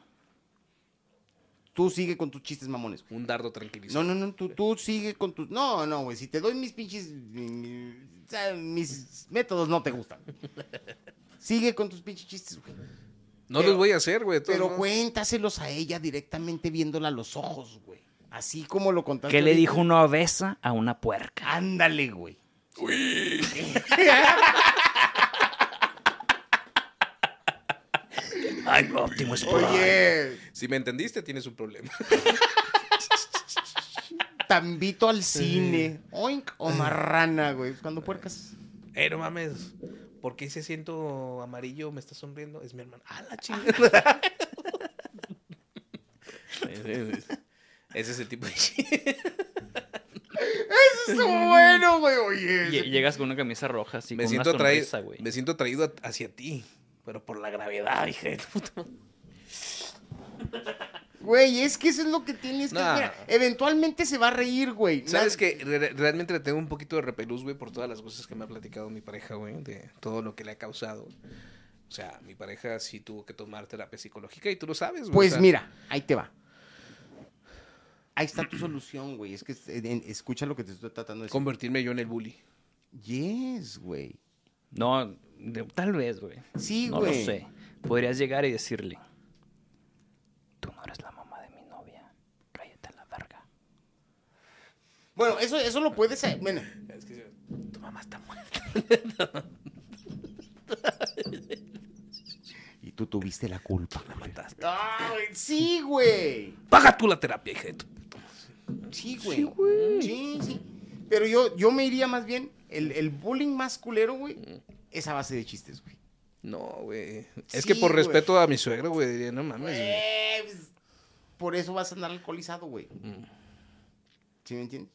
[SPEAKER 2] Tú sigue con tus chistes mamones, güey.
[SPEAKER 3] Un dardo tranquilizado.
[SPEAKER 2] No, no, no, tú, tú sigue con tus... No, no, güey, si te doy mis pinches... mi- mi- o sea, Mis métodos no te gustan. Sigue con tus pinches chistes, güey.
[SPEAKER 3] No los voy a hacer, güey. de todos
[SPEAKER 2] Pero
[SPEAKER 3] modos.
[SPEAKER 2] cuéntaselos a ella directamente viéndola a los ojos, güey. Así como lo contaste.
[SPEAKER 4] ¿Qué le
[SPEAKER 2] ahorita.
[SPEAKER 4] dijo una obesa a una puerca?
[SPEAKER 2] Ándale, güey.
[SPEAKER 4] Ay, Optimus Prime.
[SPEAKER 2] Oye,
[SPEAKER 3] Si me entendiste, tienes un problema.
[SPEAKER 2] tambito al cine. Oink o marrana, güey. Cuando puercas.
[SPEAKER 3] Eh, no mames. ¿Por qué ese asiento amarillo me está sonriendo? Es mi hermano. ¡Ah, la chingada! Ese ese es el tipo de chiste.
[SPEAKER 2] Estuvo bueno, güey. Oye.
[SPEAKER 4] Lle- Llegas con una camisa roja, así,
[SPEAKER 3] Me
[SPEAKER 4] con
[SPEAKER 3] siento,
[SPEAKER 4] una
[SPEAKER 3] atraído-
[SPEAKER 4] sonrisa, güey.
[SPEAKER 3] me siento atraído a- hacia ti, pero por la gravedad, hija de puta.
[SPEAKER 2] Güey, es que eso es lo que tienes que...
[SPEAKER 3] Nah.
[SPEAKER 2] Mira, eventualmente se va a reír, güey.
[SPEAKER 3] ¿Sabes
[SPEAKER 2] Nad-
[SPEAKER 3] que Realmente le tengo un poquito de repelús, güey, por todas las cosas que me ha platicado mi pareja, güey, de todo lo que le ha causado. O sea, mi pareja sí tuvo que tomar terapia psicológica y tú lo sabes, güey. o
[SPEAKER 2] Pues
[SPEAKER 3] sea,
[SPEAKER 2] mira, ahí te va. Ahí está tu solución, güey. Es que es- en- en- escucha lo que te estoy tratando de decir.
[SPEAKER 3] Convertirme yo en el bully.
[SPEAKER 2] Yes, güey.
[SPEAKER 4] No, de- tal vez, güey.
[SPEAKER 2] Sí,
[SPEAKER 4] no
[SPEAKER 2] güey.
[SPEAKER 4] lo sé. Podrías llegar y decirle: Tú no eres la mamá de mi novia. Cállate a la verga.
[SPEAKER 2] Bueno, eso, eso lo puedes... eh, Bueno,
[SPEAKER 3] Es que tu mamá está muerta.
[SPEAKER 2] y tú tuviste la culpa.
[SPEAKER 3] La mataste.
[SPEAKER 2] Ay, sí, güey.
[SPEAKER 3] Paga tú la terapia, hija de tu puta madre.
[SPEAKER 2] Sí, güey. Sí, Sí, Pero yo, yo me iría más bien... El, el bullying más culero, güey, es a base de chistes, güey.
[SPEAKER 3] No, güey. Es
[SPEAKER 2] Sí,
[SPEAKER 3] que por
[SPEAKER 2] güey.
[SPEAKER 3] respeto a mi suegro, güey, diría, no mames, güey.
[SPEAKER 2] Eh, pues, Por eso vas a andar alcoholizado, güey. ¿Sí me entiendes?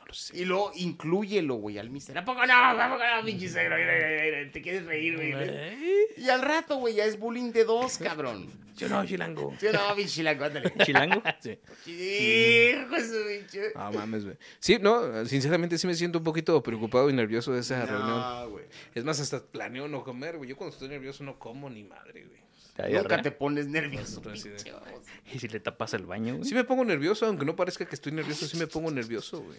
[SPEAKER 3] No lo sé.
[SPEAKER 2] Y luego inclúyelo, güey, al mister. ¿A poco no? ¿A poco no, pinche suegro? Mira, mira, mira, Te quieres reír, güey.
[SPEAKER 3] ¿Eh?
[SPEAKER 2] Y al rato, güey, ya es bullying de dos, cabrón.
[SPEAKER 3] Yo no, chilango.
[SPEAKER 2] Sí, no, pinche chilango, ándale.
[SPEAKER 4] ¿Chilango? sí.
[SPEAKER 2] Hijo de su pinche.
[SPEAKER 3] No mames, güey. Sí, no, sinceramente sí me siento un poquito preocupado y nervioso de esa Ah, reunión.
[SPEAKER 2] No, güey.
[SPEAKER 3] Es más, hasta planeo no comer, güey. Yo cuando estoy nervioso no como ni madre, güey.
[SPEAKER 2] Nunca te pones nervioso,
[SPEAKER 3] Por eso,
[SPEAKER 2] pinche.
[SPEAKER 4] Y si le tapas el baño, güey.
[SPEAKER 3] Sí me pongo nervioso, aunque no parezca que estoy nervioso, sí me pongo nervioso, güey.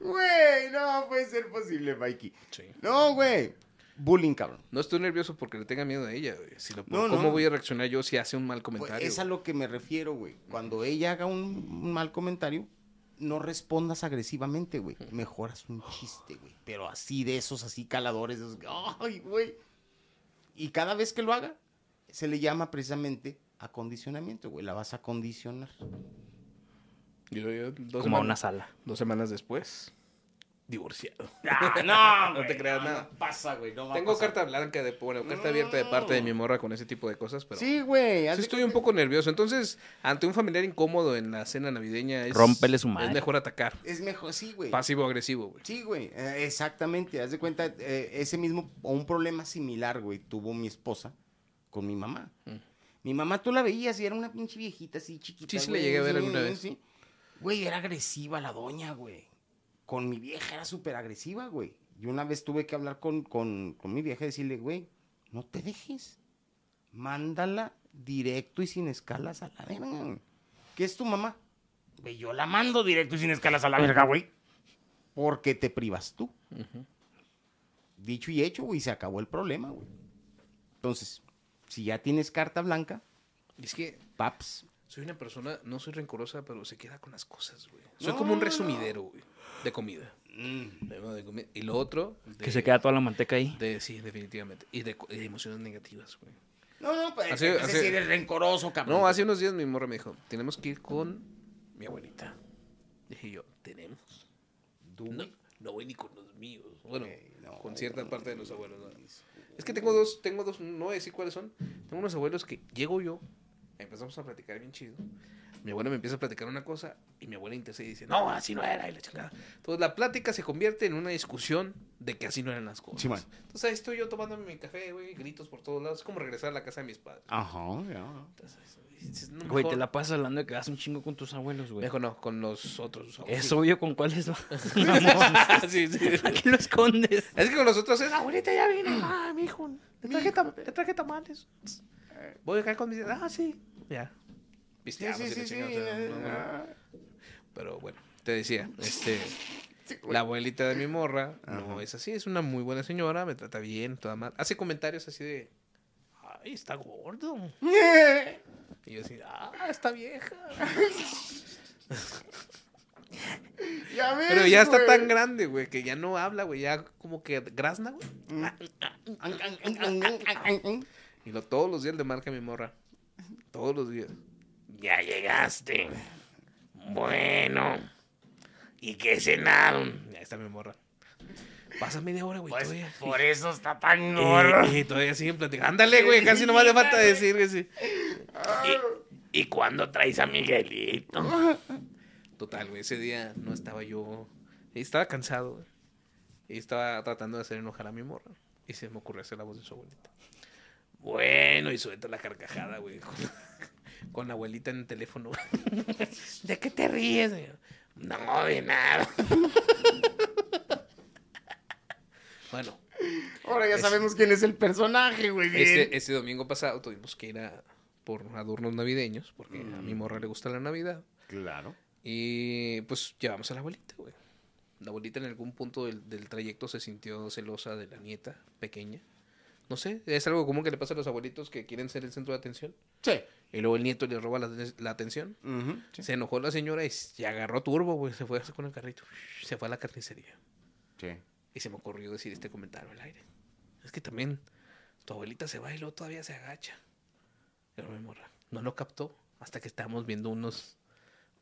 [SPEAKER 2] Güey, no puede ser posible, Mikey.
[SPEAKER 3] Sí.
[SPEAKER 2] No, güey. Bullying, cabrón.
[SPEAKER 3] No estoy nervioso porque le tenga miedo a ella, güey. Si lo-
[SPEAKER 2] No,
[SPEAKER 3] ¿Cómo
[SPEAKER 2] no.
[SPEAKER 3] voy a reaccionar yo si hace un mal
[SPEAKER 2] Pues,
[SPEAKER 3] comentario?
[SPEAKER 2] es a lo que me refiero, güey. Cuando ella haga un, un mal comentario, no respondas agresivamente, güey. Mejoras un chiste, güey. Pero así de esos, así caladores. de esos que, Ay, güey. Y cada vez que lo haga, se le llama precisamente acondicionamiento, güey. La vas a condicionar.
[SPEAKER 3] Yo- yo dos
[SPEAKER 4] Como a una
[SPEAKER 3] semanas-
[SPEAKER 4] sala.
[SPEAKER 3] Dos semanas después, divorciado.
[SPEAKER 2] Ah, no,
[SPEAKER 3] No te creas nada.
[SPEAKER 2] pasa, güey. No va a
[SPEAKER 3] Tengo
[SPEAKER 2] pasar.
[SPEAKER 3] carta blanca de bueno, carta abierta de parte de mi morra con ese tipo de cosas, pero sí,
[SPEAKER 2] Sí, güey. haz de
[SPEAKER 3] estoy un
[SPEAKER 2] cuenta-
[SPEAKER 3] poco nervioso. Entonces, ante un familiar incómodo en la cena navideña, es,
[SPEAKER 4] Rómpele su madre.
[SPEAKER 3] es mejor atacar.
[SPEAKER 2] Es mejor, sí, güey.
[SPEAKER 3] Pasivo agresivo, güey.
[SPEAKER 2] Sí, güey, eh, exactamente. Haz de cuenta, eh, ese mismo, o un problema similar, güey, tuvo mi esposa con mi mamá.
[SPEAKER 3] Mm.
[SPEAKER 2] Mi mamá tú la veías y era una pinche viejita así chiquita.
[SPEAKER 3] Sí, sí la
[SPEAKER 2] güey,
[SPEAKER 3] llegué a ver alguna vez.
[SPEAKER 2] sí. Güey, era agresiva la doña, güey. Con mi vieja era súper agresiva, güey. Y una vez tuve que hablar con, con, con mi vieja y decirle, güey, no te dejes. Mándala directo y sin escalas a la verga. güey. ¿Qué es tu mamá? Güey, yo la mando directo y sin escalas a la verga, güey. Porque te privas tú. Dicho y hecho, güey, se acabó el problema, güey. Entonces, si ya tienes carta blanca,
[SPEAKER 3] Y es que
[SPEAKER 2] paps.
[SPEAKER 3] soy una persona, no soy rencorosa, pero se queda con las cosas, güey. Soy
[SPEAKER 2] No,
[SPEAKER 3] como un
[SPEAKER 2] no.
[SPEAKER 3] resumidero, güey, de comida. De comi- Y lo otro, de-
[SPEAKER 4] Que se queda toda la manteca ahí.
[SPEAKER 3] de- sí, definitivamente. Y de, co- y de emociones negativas, güey.
[SPEAKER 2] No, no, pues
[SPEAKER 3] Así-
[SPEAKER 2] ese
[SPEAKER 3] así-
[SPEAKER 2] sí eres rencoroso, cabrón.
[SPEAKER 3] No, hace unos días mi morra me dijo, tenemos que ir con mi abuelita. Dije yo, ¿tenemos? No, no voy ni con los míos. Bueno,
[SPEAKER 2] Eh, no,
[SPEAKER 3] con cierta parte de los abuelos. ¿no? Es que tengo dos, tengo dos, no voy a decir cuáles son. Tengo unos abuelos que llego yo, empezamos a platicar bien chido. Mi abuela me empieza a platicar una cosa y mi abuela intercede y dice, no, así no era, y la chingada. Entonces la plática se convierte en una discusión de que así no eran las cosas.
[SPEAKER 2] Sí, man.
[SPEAKER 3] Entonces ahí estoy yo tomándome mi café, güey, gritos por todos lados. Es como regresar a la casa de mis padres.
[SPEAKER 2] Ajá, ya.
[SPEAKER 3] Entonces, dices, no,
[SPEAKER 4] Güey, te
[SPEAKER 3] mejor-
[SPEAKER 4] la pasas hablando de que vas un chingo con tus abuelos, güey.
[SPEAKER 3] Mejor no, con los otros.
[SPEAKER 4] Es obvio con cuáles vas.
[SPEAKER 3] Sí, sí.
[SPEAKER 4] ¿Para qué lo escondes?
[SPEAKER 3] Es que con los otros es, abuelita, ya vine. Ah, mi hijo. Te traje, tam- te traje tamales. Voy acá con mis... Ah, sí. Ya.
[SPEAKER 2] Sí,
[SPEAKER 3] Visteamos
[SPEAKER 2] sí,
[SPEAKER 3] y la
[SPEAKER 2] sí, sí.
[SPEAKER 3] chingada, o sea, no, no, no.
[SPEAKER 2] ah,
[SPEAKER 3] Pero bueno, te decía, este,
[SPEAKER 2] sí, güey.
[SPEAKER 3] la abuelita de mi morra no
[SPEAKER 2] Ajá.
[SPEAKER 3] es así, es una muy buena señora, me trata bien, toda mal. Hace comentarios así de, ay, está gordo. Y yo así, ah, está vieja.
[SPEAKER 2] Ya ves,
[SPEAKER 3] Pero ya está
[SPEAKER 2] güey.
[SPEAKER 3] tan grande, güey, que ya no habla, güey, ya como que grazna, güey.
[SPEAKER 2] Ang, ang, ang, ang, ang, ang, ang.
[SPEAKER 3] Y lo, todos los días le marca a mi morra. Todos los días. Ya llegaste. Bueno. ¿Y qué cenaron? Ahí está mi morra. Pasa media hora, güey. todavía.
[SPEAKER 2] Pues, Por eso está tan gordo.
[SPEAKER 3] Y, y todavía siguen platicando. Ándale, güey, casi nomás le falta decir que sí. ¿Y, ¿Y cuándo traes a Miguelito? Total, güey, ese día no estaba yo. Estaba cansado, güey. Y estaba tratando de hacer enojar a mi morra. Y se me ocurrió hacer la voz de su abuelita. Bueno, y suelta la carcajada, güey. Con, con la abuelita en el teléfono. ¿De qué te ríes, güey? No, de nada. bueno,
[SPEAKER 2] Ahora ya
[SPEAKER 3] Es-
[SPEAKER 2] sabemos quién es el personaje, güey. bien.
[SPEAKER 3] este, este domingo pasado tuvimos que ir a por adornos navideños, porque a mi morra le gusta la Navidad.
[SPEAKER 2] Claro.
[SPEAKER 3] Y pues llevamos a la abuelita, güey. La abuelita en algún punto del, del trayecto se sintió celosa de la nieta pequeña. No sé, es algo común que le pasa a los abuelitos que quieren ser el centro de atención.
[SPEAKER 2] Sí.
[SPEAKER 3] Y luego el nieto le roba la, la atención.
[SPEAKER 2] Ujú, sí.
[SPEAKER 3] Se enojó la señora y se agarró turbo, güey. Se fue con el carrito. Se fue a la carnicería.
[SPEAKER 2] Sí.
[SPEAKER 3] Y se me ocurrió decir este comentario al aire. Es que también tu abuelita se va y luego todavía se agacha. Pero mi morra no lo captó hasta que estábamos viendo unos,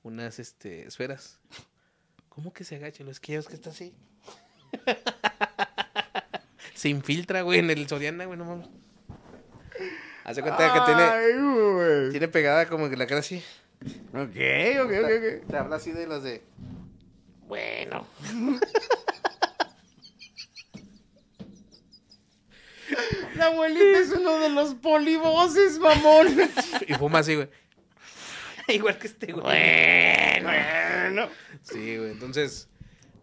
[SPEAKER 3] unas este, esferas. ¿Cómo que se agacha? No es que ya ves que está así. se infiltra, güey, en el Soriana, güey, no mames. Hace cuenta que tiene,
[SPEAKER 2] Ay, güey.
[SPEAKER 3] tiene pegada como que la cara así.
[SPEAKER 2] Ok, ok, ok, ok.
[SPEAKER 3] Te habla así de las de. Bueno.
[SPEAKER 2] La abuelita es uno de los polivoces, mamón.
[SPEAKER 3] Y fuma así, güey. Igual que este, güey. Bueno.
[SPEAKER 2] bueno.
[SPEAKER 3] Sí, güey. Entonces,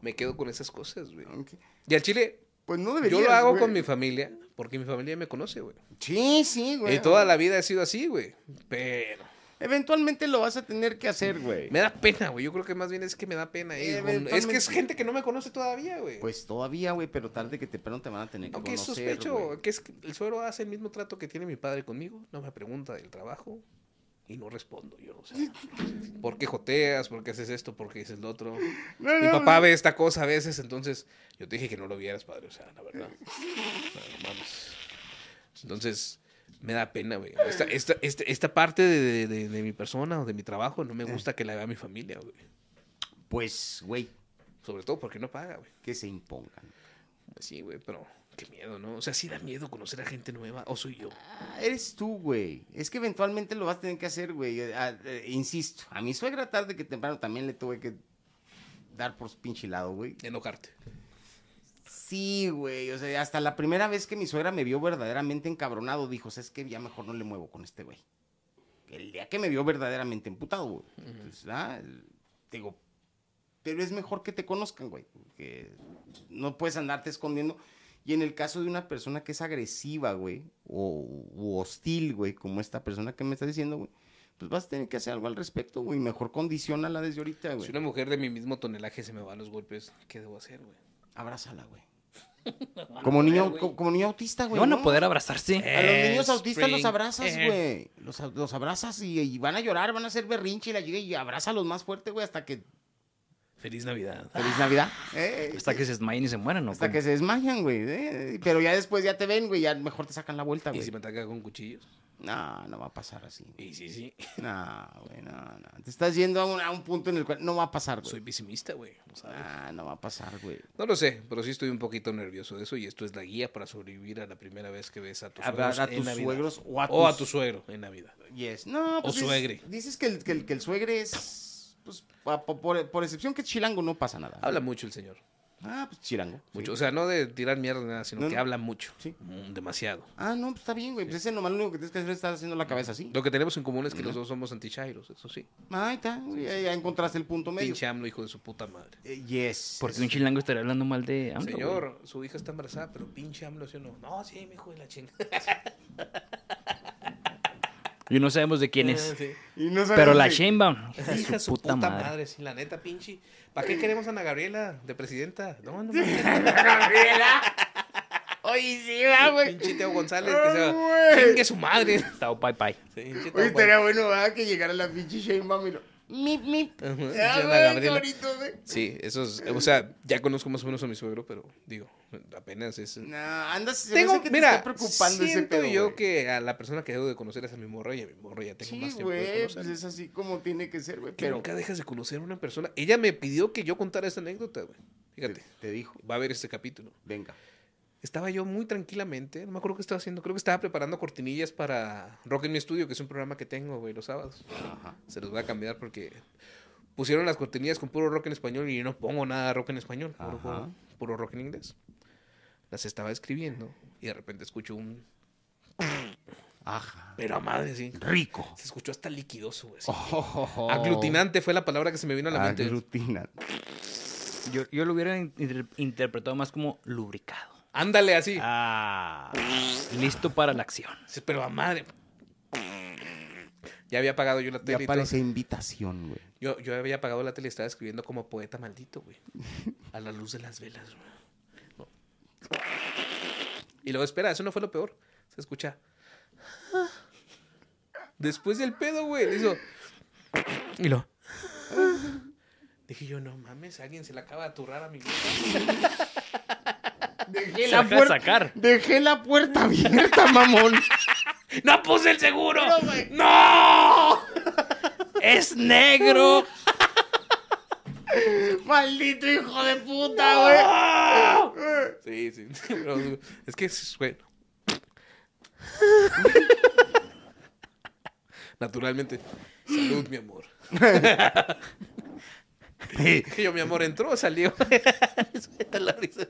[SPEAKER 3] me quedo con esas cosas, güey.
[SPEAKER 2] Ok.
[SPEAKER 3] Y al chile,
[SPEAKER 2] Pues no debería.
[SPEAKER 3] yo lo hago con mi familia, porque mi familia me conoce, güey.
[SPEAKER 2] Sí, sí, güey.
[SPEAKER 3] Y toda la vida he sido así, güey. Pero
[SPEAKER 2] Eventualmente lo vas a tener que hacer, güey.
[SPEAKER 3] me da pena, güey. Yo creo que más bien es que me da pena. eh.
[SPEAKER 2] Eventualmente-
[SPEAKER 3] Es que es gente que no me conoce todavía, güey.
[SPEAKER 2] Pues todavía, güey, pero tarde que temprano te van a tener que
[SPEAKER 3] Aunque
[SPEAKER 2] conocer,
[SPEAKER 3] sospecho
[SPEAKER 2] güey.
[SPEAKER 3] que es que el suegro hace el mismo trato que tiene mi padre conmigo, no me pregunta del trabajo y no respondo yo. O sea, ¿por qué joteas? ¿Por qué haces esto? ¿Por qué dices lo otro?
[SPEAKER 2] No,
[SPEAKER 3] mi
[SPEAKER 2] no,
[SPEAKER 3] papá ve esta cosa a veces, entonces yo te dije que no lo vieras, padre, o sea, la verdad. No, no mames. Entonces, me da pena, güey. Esta, esta, esta, esta parte de, de- de- de mi persona o de mi trabajo no me
[SPEAKER 2] Eh.
[SPEAKER 3] gusta que la vea mi familia, güey.
[SPEAKER 2] Pues, güey,
[SPEAKER 3] Sobre todo porque no paga, güey.
[SPEAKER 2] que se impongan.
[SPEAKER 3] Pues sí, güey, pero qué miedo, ¿no? O sea, sí da miedo conocer a gente nueva, o soy yo.
[SPEAKER 2] Ah, eres tú, güey. Es que eventualmente lo vas a tener que hacer, güey. Eh, ah, eh, insisto, a mi suegra tarde que temprano también le tuve que dar por su pinche lado, güey.
[SPEAKER 3] Enojarte.
[SPEAKER 2] Sí, güey. O sea, hasta la primera vez que mi suegra me vio verdaderamente encabronado, dijo, es que ya mejor no le muevo con este güey. El día que me vio verdaderamente emputado, güey. Entonces, ah, el- digo, pero es mejor que te conozcan, güey. Que no puedes andarte escondiendo. Y en el caso de una persona que es agresiva, güey, o u hostil, güey, como esta persona que me está diciendo, güey, pues vas a tener que hacer algo al respecto, güey. Mejor condicionala desde ahorita, güey.
[SPEAKER 3] Si una mujer de mi mismo tonelaje se me va a los golpes, ¿qué debo hacer, güey?
[SPEAKER 2] Abrázala, güey. Como niño, co- como niño autista, güey.
[SPEAKER 4] No van
[SPEAKER 2] ¿no?
[SPEAKER 4] a poder abrazarse.
[SPEAKER 2] A los
[SPEAKER 3] Eh,
[SPEAKER 2] niños autistas
[SPEAKER 3] Spring,
[SPEAKER 2] los abrazas,
[SPEAKER 3] eh.
[SPEAKER 2] güey. Los, a- los abrazas y, y van a llorar, van a hacer berrinche y la llega y abrázalos más fuerte, güey, hasta que
[SPEAKER 3] Feliz Navidad.
[SPEAKER 2] Feliz Navidad. Eh,
[SPEAKER 4] Hasta que se desmayen y se mueran, ¿no?
[SPEAKER 2] hasta
[SPEAKER 4] ¿Cómo?
[SPEAKER 2] que se desmayan, güey. eh, Pero ya después ya te ven, güey. Ya mejor te sacan la vuelta,
[SPEAKER 3] ¿Y
[SPEAKER 2] güey.
[SPEAKER 3] si me ataca con cuchillos?
[SPEAKER 2] No, no va a pasar así. güey.
[SPEAKER 3] Y sí, sí.
[SPEAKER 2] No, güey, no, no. Te estás yendo a un, a un punto en el cual no va a pasar, güey.
[SPEAKER 3] Soy pesimista, güey. ¿no sabes?
[SPEAKER 2] Ah, no va a pasar, güey.
[SPEAKER 3] No lo sé, pero sí estoy un poquito nervioso de eso y esto es la guía para sobrevivir a la primera vez que ves a tus
[SPEAKER 2] A,
[SPEAKER 3] suegros
[SPEAKER 2] a
[SPEAKER 3] en
[SPEAKER 2] tus
[SPEAKER 3] Navidad.
[SPEAKER 2] suegros o a tus...
[SPEAKER 3] o a tu suegro en Navidad.
[SPEAKER 2] Yes. No, pues, dices-
[SPEAKER 3] suegre.
[SPEAKER 2] Dices que el, que el, que el suegre es... Pues, pa- po- por, por excepción que es chilango, no pasa nada.
[SPEAKER 3] Habla mucho el señor.
[SPEAKER 2] Ah, pues chilango.
[SPEAKER 3] Mucho. O
[SPEAKER 2] sí.
[SPEAKER 3] sea, no de tirar mierda ni nada, sino
[SPEAKER 2] No,
[SPEAKER 3] que
[SPEAKER 2] no.
[SPEAKER 3] habla mucho.
[SPEAKER 2] Sí.
[SPEAKER 3] Mm, Demasiado.
[SPEAKER 2] Ah, no, pues está bien, güey. Pues ese nomás lo único que tienes que hacer es estar haciendo la cabeza así.
[SPEAKER 3] Lo que tenemos en común es que los dos somos antichairos, eso sí.
[SPEAKER 2] Ah, ahí está. güey, ahí- ahí encontraste el punto medio.
[SPEAKER 3] Pinche AMLO, hijo de su puta madre.
[SPEAKER 2] Eh, yes.
[SPEAKER 4] Porque un chilango estaría hablando mal de AMLO, güey?
[SPEAKER 3] Señor, su hija está embarazada, pero pinche AMLO, ¿sí o no? No, sí, mi hijo de la chingada.
[SPEAKER 4] Y no sabemos de quién es.
[SPEAKER 3] Eh, Sí.
[SPEAKER 2] Y no sabemos
[SPEAKER 4] Pero la
[SPEAKER 2] si-
[SPEAKER 4] Sheinbaum, hija
[SPEAKER 3] Hija de su puta, madre. sí, la neta, pinche. ¿Para qué queremos a Ana Gabriela de presidenta? No, no, mames.
[SPEAKER 2] Oye, sí, va, güey.
[SPEAKER 3] pinche Teo González, que se
[SPEAKER 2] Ah,
[SPEAKER 3] va.
[SPEAKER 2] güey.
[SPEAKER 3] Chingue su madre.
[SPEAKER 4] Tao Pai Pai.
[SPEAKER 3] Sí, pinche
[SPEAKER 2] Oye,
[SPEAKER 3] Teo
[SPEAKER 2] estaría bueno, ¿verdad? Que llegara la pinche Sheinbaum y lo... Mip, mip.
[SPEAKER 3] Ajá,
[SPEAKER 2] Ah, güey,
[SPEAKER 3] ya la
[SPEAKER 2] qué
[SPEAKER 3] Gabriela.
[SPEAKER 2] bonito, güey.
[SPEAKER 3] Sí, eso es, o sea, ya conozco más o menos a mi suegro, pero digo, apenas es...
[SPEAKER 2] No, andas... se me
[SPEAKER 3] Tengo,
[SPEAKER 2] hace que te
[SPEAKER 3] mira,
[SPEAKER 2] está preocupando ese
[SPEAKER 3] siento
[SPEAKER 2] pedo,
[SPEAKER 3] yo
[SPEAKER 2] güey.
[SPEAKER 3] que a la persona que debo de conocer es a mi morra y a mi morra ya tengo
[SPEAKER 2] Sí,
[SPEAKER 3] más tiempo de
[SPEAKER 2] güey, pues
[SPEAKER 3] conocerla.
[SPEAKER 2] es así como tiene que ser, güey.
[SPEAKER 3] Que
[SPEAKER 2] Pero
[SPEAKER 3] nunca dejas de conocer a una persona. Ella me pidió que yo contara esta anécdota, güey.
[SPEAKER 2] te,
[SPEAKER 3] Fíjate,
[SPEAKER 2] te dijo,
[SPEAKER 3] va a ver este capítulo.
[SPEAKER 2] venga.
[SPEAKER 3] Estaba yo muy tranquilamente, no me acuerdo qué estaba haciendo, creo que estaba preparando cortinillas para Rock en mi estudio, que es un programa que tengo, güey, los sábados.
[SPEAKER 2] Ajá.
[SPEAKER 3] Se los voy a cambiar porque pusieron las cortinillas con puro rock en español y yo no pongo nada de rock en español, puro,
[SPEAKER 2] Ajá.
[SPEAKER 3] puro- puro rock en inglés. Las estaba escribiendo y de repente escucho un...
[SPEAKER 2] Ajá.
[SPEAKER 3] Pero a madre, sí.
[SPEAKER 2] Rico.
[SPEAKER 3] Se escuchó hasta liquidoso, güey.
[SPEAKER 2] Oh.
[SPEAKER 3] así. Aglutinante fue la palabra que se me vino a la mente.
[SPEAKER 2] Aglutinante.
[SPEAKER 4] Yo, yo lo hubiera inter- interpretado más como lubricado.
[SPEAKER 3] Ándale así.
[SPEAKER 2] Ah.
[SPEAKER 4] Listo para la acción.
[SPEAKER 3] Sí, Pero a madre. Ya había apagado yo la
[SPEAKER 2] Ya
[SPEAKER 3] tele. y todo.
[SPEAKER 2] parece invitación, güey.
[SPEAKER 3] Yo, yo había apagado la tele y estaba escribiendo como poeta maldito, güey. A la luz de las velas, güey. No. Y luego, espera, eso no fue lo peor. Se escucha. Después del pedo, güey. le hizo. Y lo. Dije yo, no mames, alguien se la acaba de aturrar a mi
[SPEAKER 2] Dejé
[SPEAKER 4] la acaba de puerta- sacar.
[SPEAKER 2] Dejé la puerta abierta, mamón.
[SPEAKER 3] ¡No puse el seguro! ¡No!
[SPEAKER 4] ¡Es negro!
[SPEAKER 2] Maldito hijo de puta, güey.
[SPEAKER 3] Sí, sí. Pero, es que es, güey. Naturalmente. Salud, mi amor. Que yo, mi amor, entró o salió. Suelta la risa.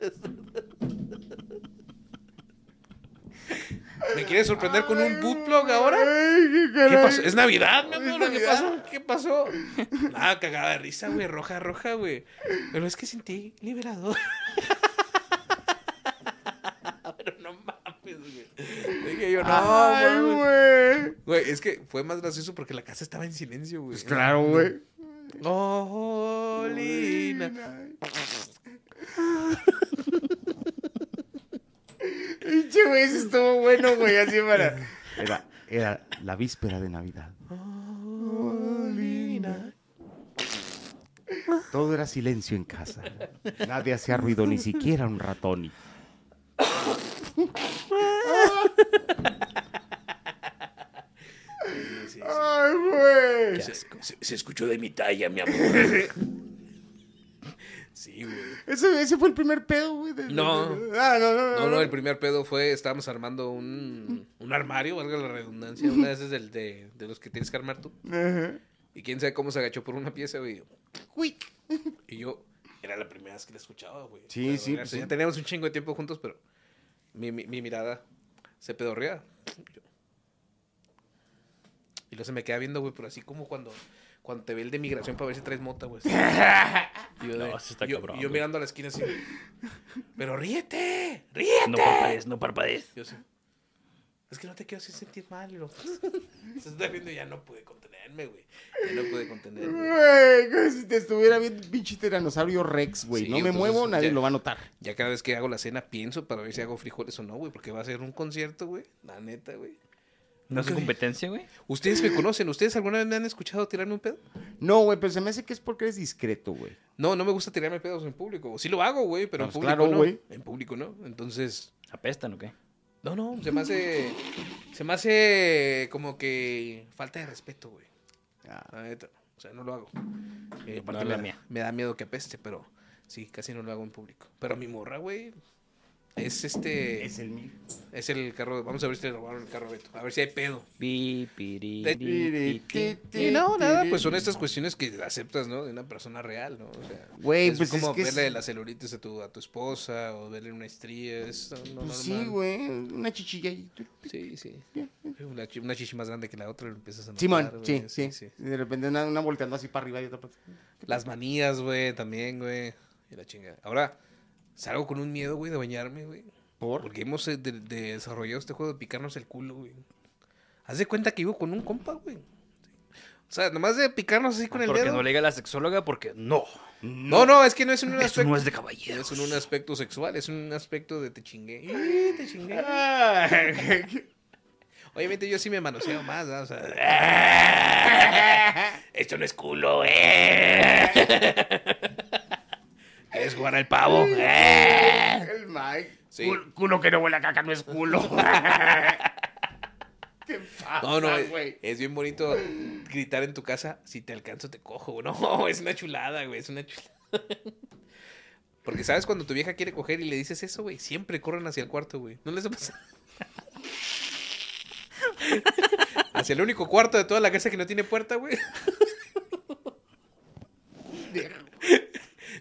[SPEAKER 3] ¿Me quieres sorprender con un bootplug ahora? ¿Qué pasó? ¿Es Navidad, mi amor? ¿Qué pasó? ¿Qué pasó? Ah, cagada de risa, güey. Roja, roja, güey. Pero es que sentí liberador. Pero no mames, güey. Dije yo, no,
[SPEAKER 2] Ay,
[SPEAKER 3] mames.
[SPEAKER 2] güey.
[SPEAKER 3] Güey, es que fue más gracioso porque la casa estaba en silencio, güey.
[SPEAKER 2] Pues claro, güey.
[SPEAKER 3] Oh, Lina.
[SPEAKER 2] Pinche güey, eso estuvo bueno, güey, así para. Era, era la víspera de Navidad.
[SPEAKER 3] Oh, Lina.
[SPEAKER 2] Todo era silencio en casa. Nadie hacía ruido, ni siquiera un ratón. Ay, güey.
[SPEAKER 3] Se, se- se escuchó de mi talla, mi amor. Sí, güey.
[SPEAKER 2] Ese, ese fue el primer pedo, güey. de- de-
[SPEAKER 3] No.
[SPEAKER 2] de- Ah, no, no, no.
[SPEAKER 3] No, no, el primer pedo fue, estábamos armando un, un armario, valga la redundancia, una de esas del- de, de los que tienes que armar tú.
[SPEAKER 2] Ajá.
[SPEAKER 3] Y quién sabe cómo se agachó por una pieza, güey.
[SPEAKER 2] Quick.
[SPEAKER 3] Y yo, era la primera vez que la escuchaba, güey.
[SPEAKER 2] Sí,
[SPEAKER 3] Pero,
[SPEAKER 2] sí,
[SPEAKER 3] Ya,
[SPEAKER 2] pues,
[SPEAKER 3] ya
[SPEAKER 2] sí.
[SPEAKER 3] teníamos un chingo de tiempo juntos, pero mi, mi- mi mirada se pedorrea. Yo- Y luego se me queda viendo, güey, pero así como cuando, cuando te ve el de migración para ver si traes mota, güey. Y yo, de-
[SPEAKER 4] No, eso está
[SPEAKER 3] yo-
[SPEAKER 4] cabrón,
[SPEAKER 3] y yo
[SPEAKER 4] güey.
[SPEAKER 3] mirando a la esquina así. Pero ríete, ríete.
[SPEAKER 4] No parpadees, no parpadees.
[SPEAKER 3] Yo sí. Es que no te quiero hacer sentir mal. y lo- se está viendo y ya no pude contenerme, güey. Ya no pude contenerme.
[SPEAKER 2] Güey, como si te estuviera viendo un pinche tiranosaurio Rex, güey.
[SPEAKER 3] Sí,
[SPEAKER 2] no me
[SPEAKER 3] entonces,
[SPEAKER 2] muevo, nadie
[SPEAKER 3] ya.
[SPEAKER 2] lo va a notar.
[SPEAKER 3] Ya cada vez que hago la cena pienso para ver si hago frijoles o no, güey, porque va a ser un concierto, güey. La neta, güey.
[SPEAKER 4] ¿No es
[SPEAKER 3] Nunca-
[SPEAKER 4] competencia, güey?
[SPEAKER 3] Ustedes me conocen, ¿ustedes alguna vez me han escuchado tirarme un pedo?
[SPEAKER 2] No, güey, pero se me hace que es porque eres discreto, güey.
[SPEAKER 3] No, no me gusta tirarme pedos en público. Sí lo hago, güey, pero en
[SPEAKER 2] Pues
[SPEAKER 3] público
[SPEAKER 2] claro,
[SPEAKER 3] no.
[SPEAKER 2] güey.
[SPEAKER 3] En público no. Entonces,
[SPEAKER 4] ¿Apestan o qué?
[SPEAKER 3] no, no, se me hace se me hace como que falta de respeto, güey.
[SPEAKER 2] Ah,
[SPEAKER 3] La neta, o sea, no lo hago. Eh, aparte
[SPEAKER 4] No es
[SPEAKER 3] me,
[SPEAKER 4] la
[SPEAKER 3] da-
[SPEAKER 4] mía.
[SPEAKER 3] me da miedo que apeste, pero sí, casi no lo hago en público. Pero mi morra, güey, es este
[SPEAKER 2] es el mío.
[SPEAKER 3] es el carro, vamos a ver si le robaron el carro a Beto, a ver si hay pedo.
[SPEAKER 4] Pi, piriri, pi, ti.
[SPEAKER 3] Y no, nada, pues son estas cuestiones que aceptas, ¿no? De una persona real, ¿no? O sea,
[SPEAKER 2] Güey,
[SPEAKER 3] es
[SPEAKER 2] pues es
[SPEAKER 3] como
[SPEAKER 2] que es-
[SPEAKER 3] verle las celulitis a tu, a tu esposa o verle una estría, es no,
[SPEAKER 2] Pues
[SPEAKER 3] normal.
[SPEAKER 2] sí, güey, una chichilla ahí.
[SPEAKER 3] Sí, sí. Una, chi- una chichi más grande que la otra, lo empiezas a notar,
[SPEAKER 2] Simón, sí,
[SPEAKER 3] güey,
[SPEAKER 2] sí, De repente una, una volteando así para arriba y otra para
[SPEAKER 3] Las manías, güey, también, güey. Y la chingada. Ahora, salgo con un miedo, güey, de bañarme, güey.
[SPEAKER 2] ¿Por?
[SPEAKER 3] Porque hemos eh, de- de- desarrollado este juego de picarnos el culo, güey. Haz de cuenta que vivo con un compa, güey. O sea, nomás de picarnos así con el
[SPEAKER 4] Porque
[SPEAKER 3] dedo.
[SPEAKER 4] no le diga a la sexóloga porque no.
[SPEAKER 3] No, no, es que no es un
[SPEAKER 4] Eso
[SPEAKER 3] aspecto.
[SPEAKER 4] no es de
[SPEAKER 3] No
[SPEAKER 4] caballero.
[SPEAKER 3] es un, un aspecto sexual, es un aspecto de te chingué. ¡Ih, Te chingué. Obviamente yo sí me manoseo más, ¿no? O sea, esto no es culo, eh. ¿Quieres jugar al pavo? Eh.
[SPEAKER 2] El Mike.
[SPEAKER 3] Sí.
[SPEAKER 2] Cul- Culo que no huele a caca no es culo. ¿Qué pasa,
[SPEAKER 3] No, eh. no, es,
[SPEAKER 2] Ah, güey?
[SPEAKER 3] es bien bonito gritar en tu casa, si te alcanzo te cojo. No, es una chulada, güey, es una chulada. Porque sabes cuando tu vieja quiere coger y le dices eso, güey, siempre corren hacia el cuarto, güey. ¿No les ha pasado? hacia el único cuarto de toda la casa que no tiene puerta, güey.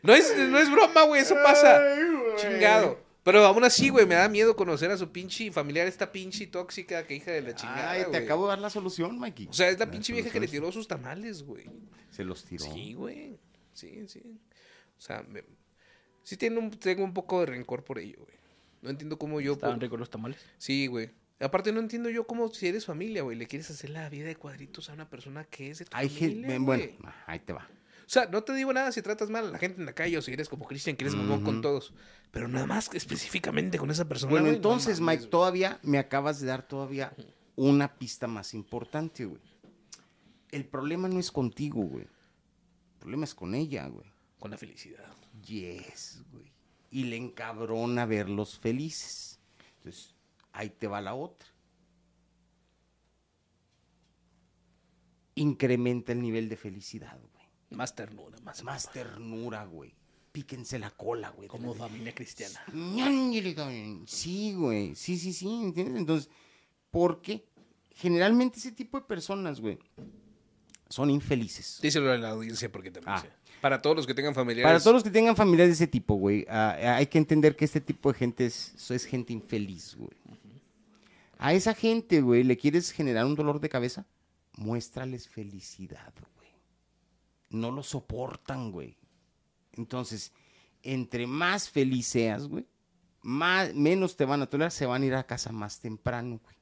[SPEAKER 3] No es, no es broma, güey, eso pasa.
[SPEAKER 2] Ay, güey.
[SPEAKER 3] Chingado. Pero aún así, güey, me da miedo conocer a su pinche familiar, esta pinche tóxica que hija de la chingada.
[SPEAKER 2] Ay, te
[SPEAKER 3] güey.
[SPEAKER 2] acabo de dar la solución, Mikey.
[SPEAKER 3] O sea, es la
[SPEAKER 2] Ah,
[SPEAKER 3] pinche
[SPEAKER 2] pero
[SPEAKER 3] vieja que le
[SPEAKER 2] sabes-
[SPEAKER 3] tiró sus tamales, güey.
[SPEAKER 2] Se los tiró.
[SPEAKER 3] Sí, güey. Sí, sí. O sea, me- sí tengo un, tengo un poco de rencor por ello, güey. No entiendo cómo yo...
[SPEAKER 4] Estaban
[SPEAKER 3] pu-
[SPEAKER 4] ricos los tamales.
[SPEAKER 3] Sí, güey. Aparte no entiendo yo cómo si eres familia, güey, le quieres hacer la vida de cuadritos a una persona que es de tu
[SPEAKER 2] Hay
[SPEAKER 3] familia,
[SPEAKER 2] gente.
[SPEAKER 3] güey.
[SPEAKER 2] Bueno, ah, ahí te va.
[SPEAKER 3] O sea, no te digo nada si tratas mal a la gente en la calle o si eres como Cristian, que eres mamón con
[SPEAKER 2] Ujú.
[SPEAKER 3] todos. Pero nada más que específicamente con esa persona.
[SPEAKER 2] Bueno,
[SPEAKER 3] güey, no
[SPEAKER 2] entonces,
[SPEAKER 3] mames,
[SPEAKER 2] Mike,
[SPEAKER 3] güey.
[SPEAKER 2] todavía me acabas de dar todavía una pista más importante, güey. El problema no es contigo, güey. El problema es con ella, güey.
[SPEAKER 3] Con la felicidad.
[SPEAKER 2] Yes, güey. Y le encabrona verlos felices. Entonces, ahí te va la otra. Incrementa el nivel de felicidad, güey.
[SPEAKER 3] Más ternura, más...
[SPEAKER 2] Más ternura, güey. Píquense la cola, güey.
[SPEAKER 3] Como familia cristiana.
[SPEAKER 2] Ñáñele, cabrón. Sí, güey. Sí, sí, sí, ¿entiendes? Entonces, porque generalmente ese tipo de personas, güey, son infelices.
[SPEAKER 3] Díselo a la audiencia porque también.
[SPEAKER 2] Ah.
[SPEAKER 3] sé. Para todos los que tengan familiares.
[SPEAKER 2] Para todos los que tengan familiares de ese tipo, güey, ah, ah, hay que entender que este tipo de gente es, es gente infeliz, güey. A esa gente, güey, le quieres generar un dolor de cabeza, muéstrales felicidad, güey. No lo soportan, güey. Entonces, entre más feliz seas, güey, más, menos te van a tolerar, se van a ir a casa más temprano, güey.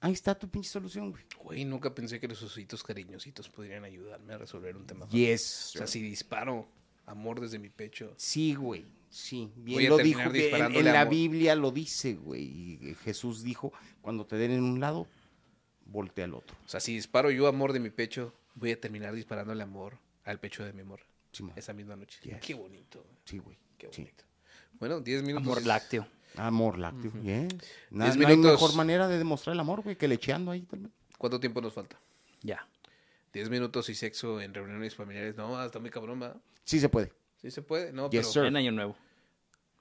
[SPEAKER 2] Ahí está tu pinche solución, güey.
[SPEAKER 3] Güey, nunca pensé que los ositos cariñositos podrían ayudarme a resolver un tema.
[SPEAKER 2] Yes.
[SPEAKER 3] O sea, si disparo amor desde mi pecho.
[SPEAKER 2] Sí, güey. Sí,
[SPEAKER 3] Voy a
[SPEAKER 2] bien lo dijo.
[SPEAKER 3] terminar
[SPEAKER 2] que en- En,
[SPEAKER 3] disparándole
[SPEAKER 2] la
[SPEAKER 3] amor.
[SPEAKER 2] Biblia lo dice, güey. y eh, Jesús dijo, cuando te den en un lado, voltea al otro.
[SPEAKER 3] O sea, si disparo yo amor de mi pecho, voy a terminar disparando el amor al pecho de mi amor.
[SPEAKER 2] Sí, ma.
[SPEAKER 3] Esa misma noche.
[SPEAKER 2] Yes.
[SPEAKER 3] Qué bonito. güey,
[SPEAKER 2] Sí, güey.
[SPEAKER 3] Qué
[SPEAKER 2] sí.
[SPEAKER 3] bonito. Bueno, 10 minutos.
[SPEAKER 4] Amor lácteo.
[SPEAKER 2] Amor lácteo. yes. Na-
[SPEAKER 3] Diez
[SPEAKER 2] no hay
[SPEAKER 3] minutos.
[SPEAKER 2] mejor manera de demostrar el amor, güey, que lecheando ahí. tal vez.
[SPEAKER 3] ¿Cuánto tiempo nos falta?
[SPEAKER 4] Ya.
[SPEAKER 3] 10 minutos y sexo en reuniones familiares. No, ah, está muy cabrón, ¿verdad?
[SPEAKER 2] Sí se puede.
[SPEAKER 3] Sí se puede. No,
[SPEAKER 2] Yes,
[SPEAKER 3] pero.
[SPEAKER 2] sir. eh,
[SPEAKER 4] En año nuevo.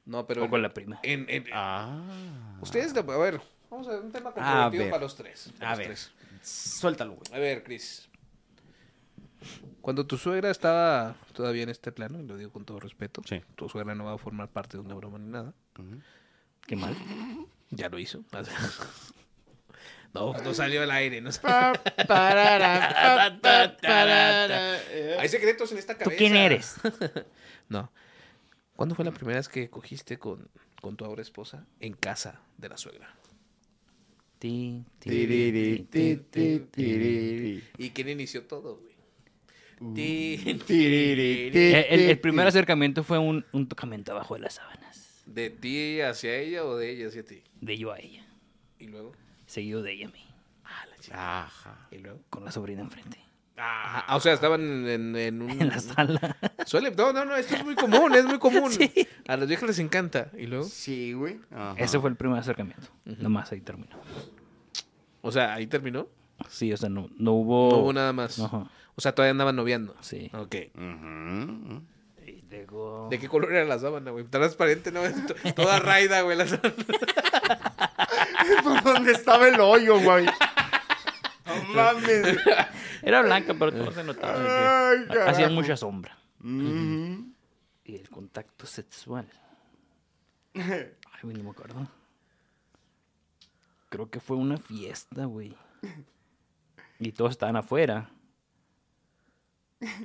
[SPEAKER 3] No, pero.
[SPEAKER 4] o con la prima.
[SPEAKER 3] en- en-
[SPEAKER 2] Ah.
[SPEAKER 3] Ustedes, a ver, vamos a ver un tema
[SPEAKER 2] A
[SPEAKER 3] comprometido
[SPEAKER 2] ver.
[SPEAKER 3] para los tres. para
[SPEAKER 2] A
[SPEAKER 3] los
[SPEAKER 2] ver.
[SPEAKER 3] tres.
[SPEAKER 2] Suéltalo, güey.
[SPEAKER 3] A ver, Cris. Cuando tu suegra estaba todavía en este plano, y lo digo con todo respeto,
[SPEAKER 2] Sí.
[SPEAKER 3] tu suegra no va a formar parte de una broma ni nada.
[SPEAKER 2] Ujú.
[SPEAKER 4] Qué mal.
[SPEAKER 3] Ya lo hizo. No, no salió al aire. No salió.
[SPEAKER 2] Pa, parara, pa, pa, parara.
[SPEAKER 3] Hay secretos en esta
[SPEAKER 4] ¿Tú
[SPEAKER 3] cabeza.
[SPEAKER 4] quién eres?
[SPEAKER 3] No. ¿Cuándo fue la primera vez que cogiste con, con tu ahora esposa en casa de la suegra?
[SPEAKER 4] Ti, ti,
[SPEAKER 2] Tiriri,
[SPEAKER 4] ti,
[SPEAKER 2] ti, ti,
[SPEAKER 4] ti.
[SPEAKER 2] tiriri.
[SPEAKER 3] ¿Y quién inició todo, güey?
[SPEAKER 2] Uh.
[SPEAKER 3] Ti-
[SPEAKER 2] Tiriri, ti,
[SPEAKER 4] Eh, El, el- el
[SPEAKER 2] ti,
[SPEAKER 4] primer
[SPEAKER 2] ti.
[SPEAKER 4] acercamiento fue un, un tocamiento abajo de las sábanas.
[SPEAKER 3] ¿De ti hacia ella o de ella hacia ti?
[SPEAKER 4] De yo a ella.
[SPEAKER 3] Y luego.
[SPEAKER 4] seguido de ella, güey,
[SPEAKER 3] Ah, la chica.
[SPEAKER 2] Ajá.
[SPEAKER 3] Y luego.
[SPEAKER 4] con la sobrina enfrente,
[SPEAKER 3] Ah, ah, o sea, estaban en, en- en un.
[SPEAKER 4] en la sala.
[SPEAKER 3] Suele. No, no, no. Esto es muy común. Es muy común.
[SPEAKER 4] Sí.
[SPEAKER 3] A las viejas les encanta. Y luego.
[SPEAKER 2] Sí, güey. Ajá.
[SPEAKER 4] Ese fue el primer acercamiento. Nomás ahí terminó.
[SPEAKER 3] O sea, ahí terminó.
[SPEAKER 4] Sí, o sea, no, no hubo...
[SPEAKER 2] Oh.
[SPEAKER 3] No hubo nada más.
[SPEAKER 4] Ajá.
[SPEAKER 3] O sea, todavía andaban noviando.
[SPEAKER 4] Sí.
[SPEAKER 3] Ok.
[SPEAKER 2] Ujú.
[SPEAKER 4] Y luego-
[SPEAKER 3] ¿De qué color era la sábana, güey? Transparente, ¿no? T- Toda raida, güey. La sábana.
[SPEAKER 2] ¿Por Pues, dónde estaba el hoyo, güey? No mames.
[SPEAKER 4] Era blanca, pero todo se notaba de
[SPEAKER 2] Ay,
[SPEAKER 4] que
[SPEAKER 2] carajo.
[SPEAKER 4] hacía mucha sombra.
[SPEAKER 2] Ujú.
[SPEAKER 4] Y el contacto sexual. Ay, güey, no me acuerdo. Creo que fue una fiesta, güey. Y todos estaban afuera.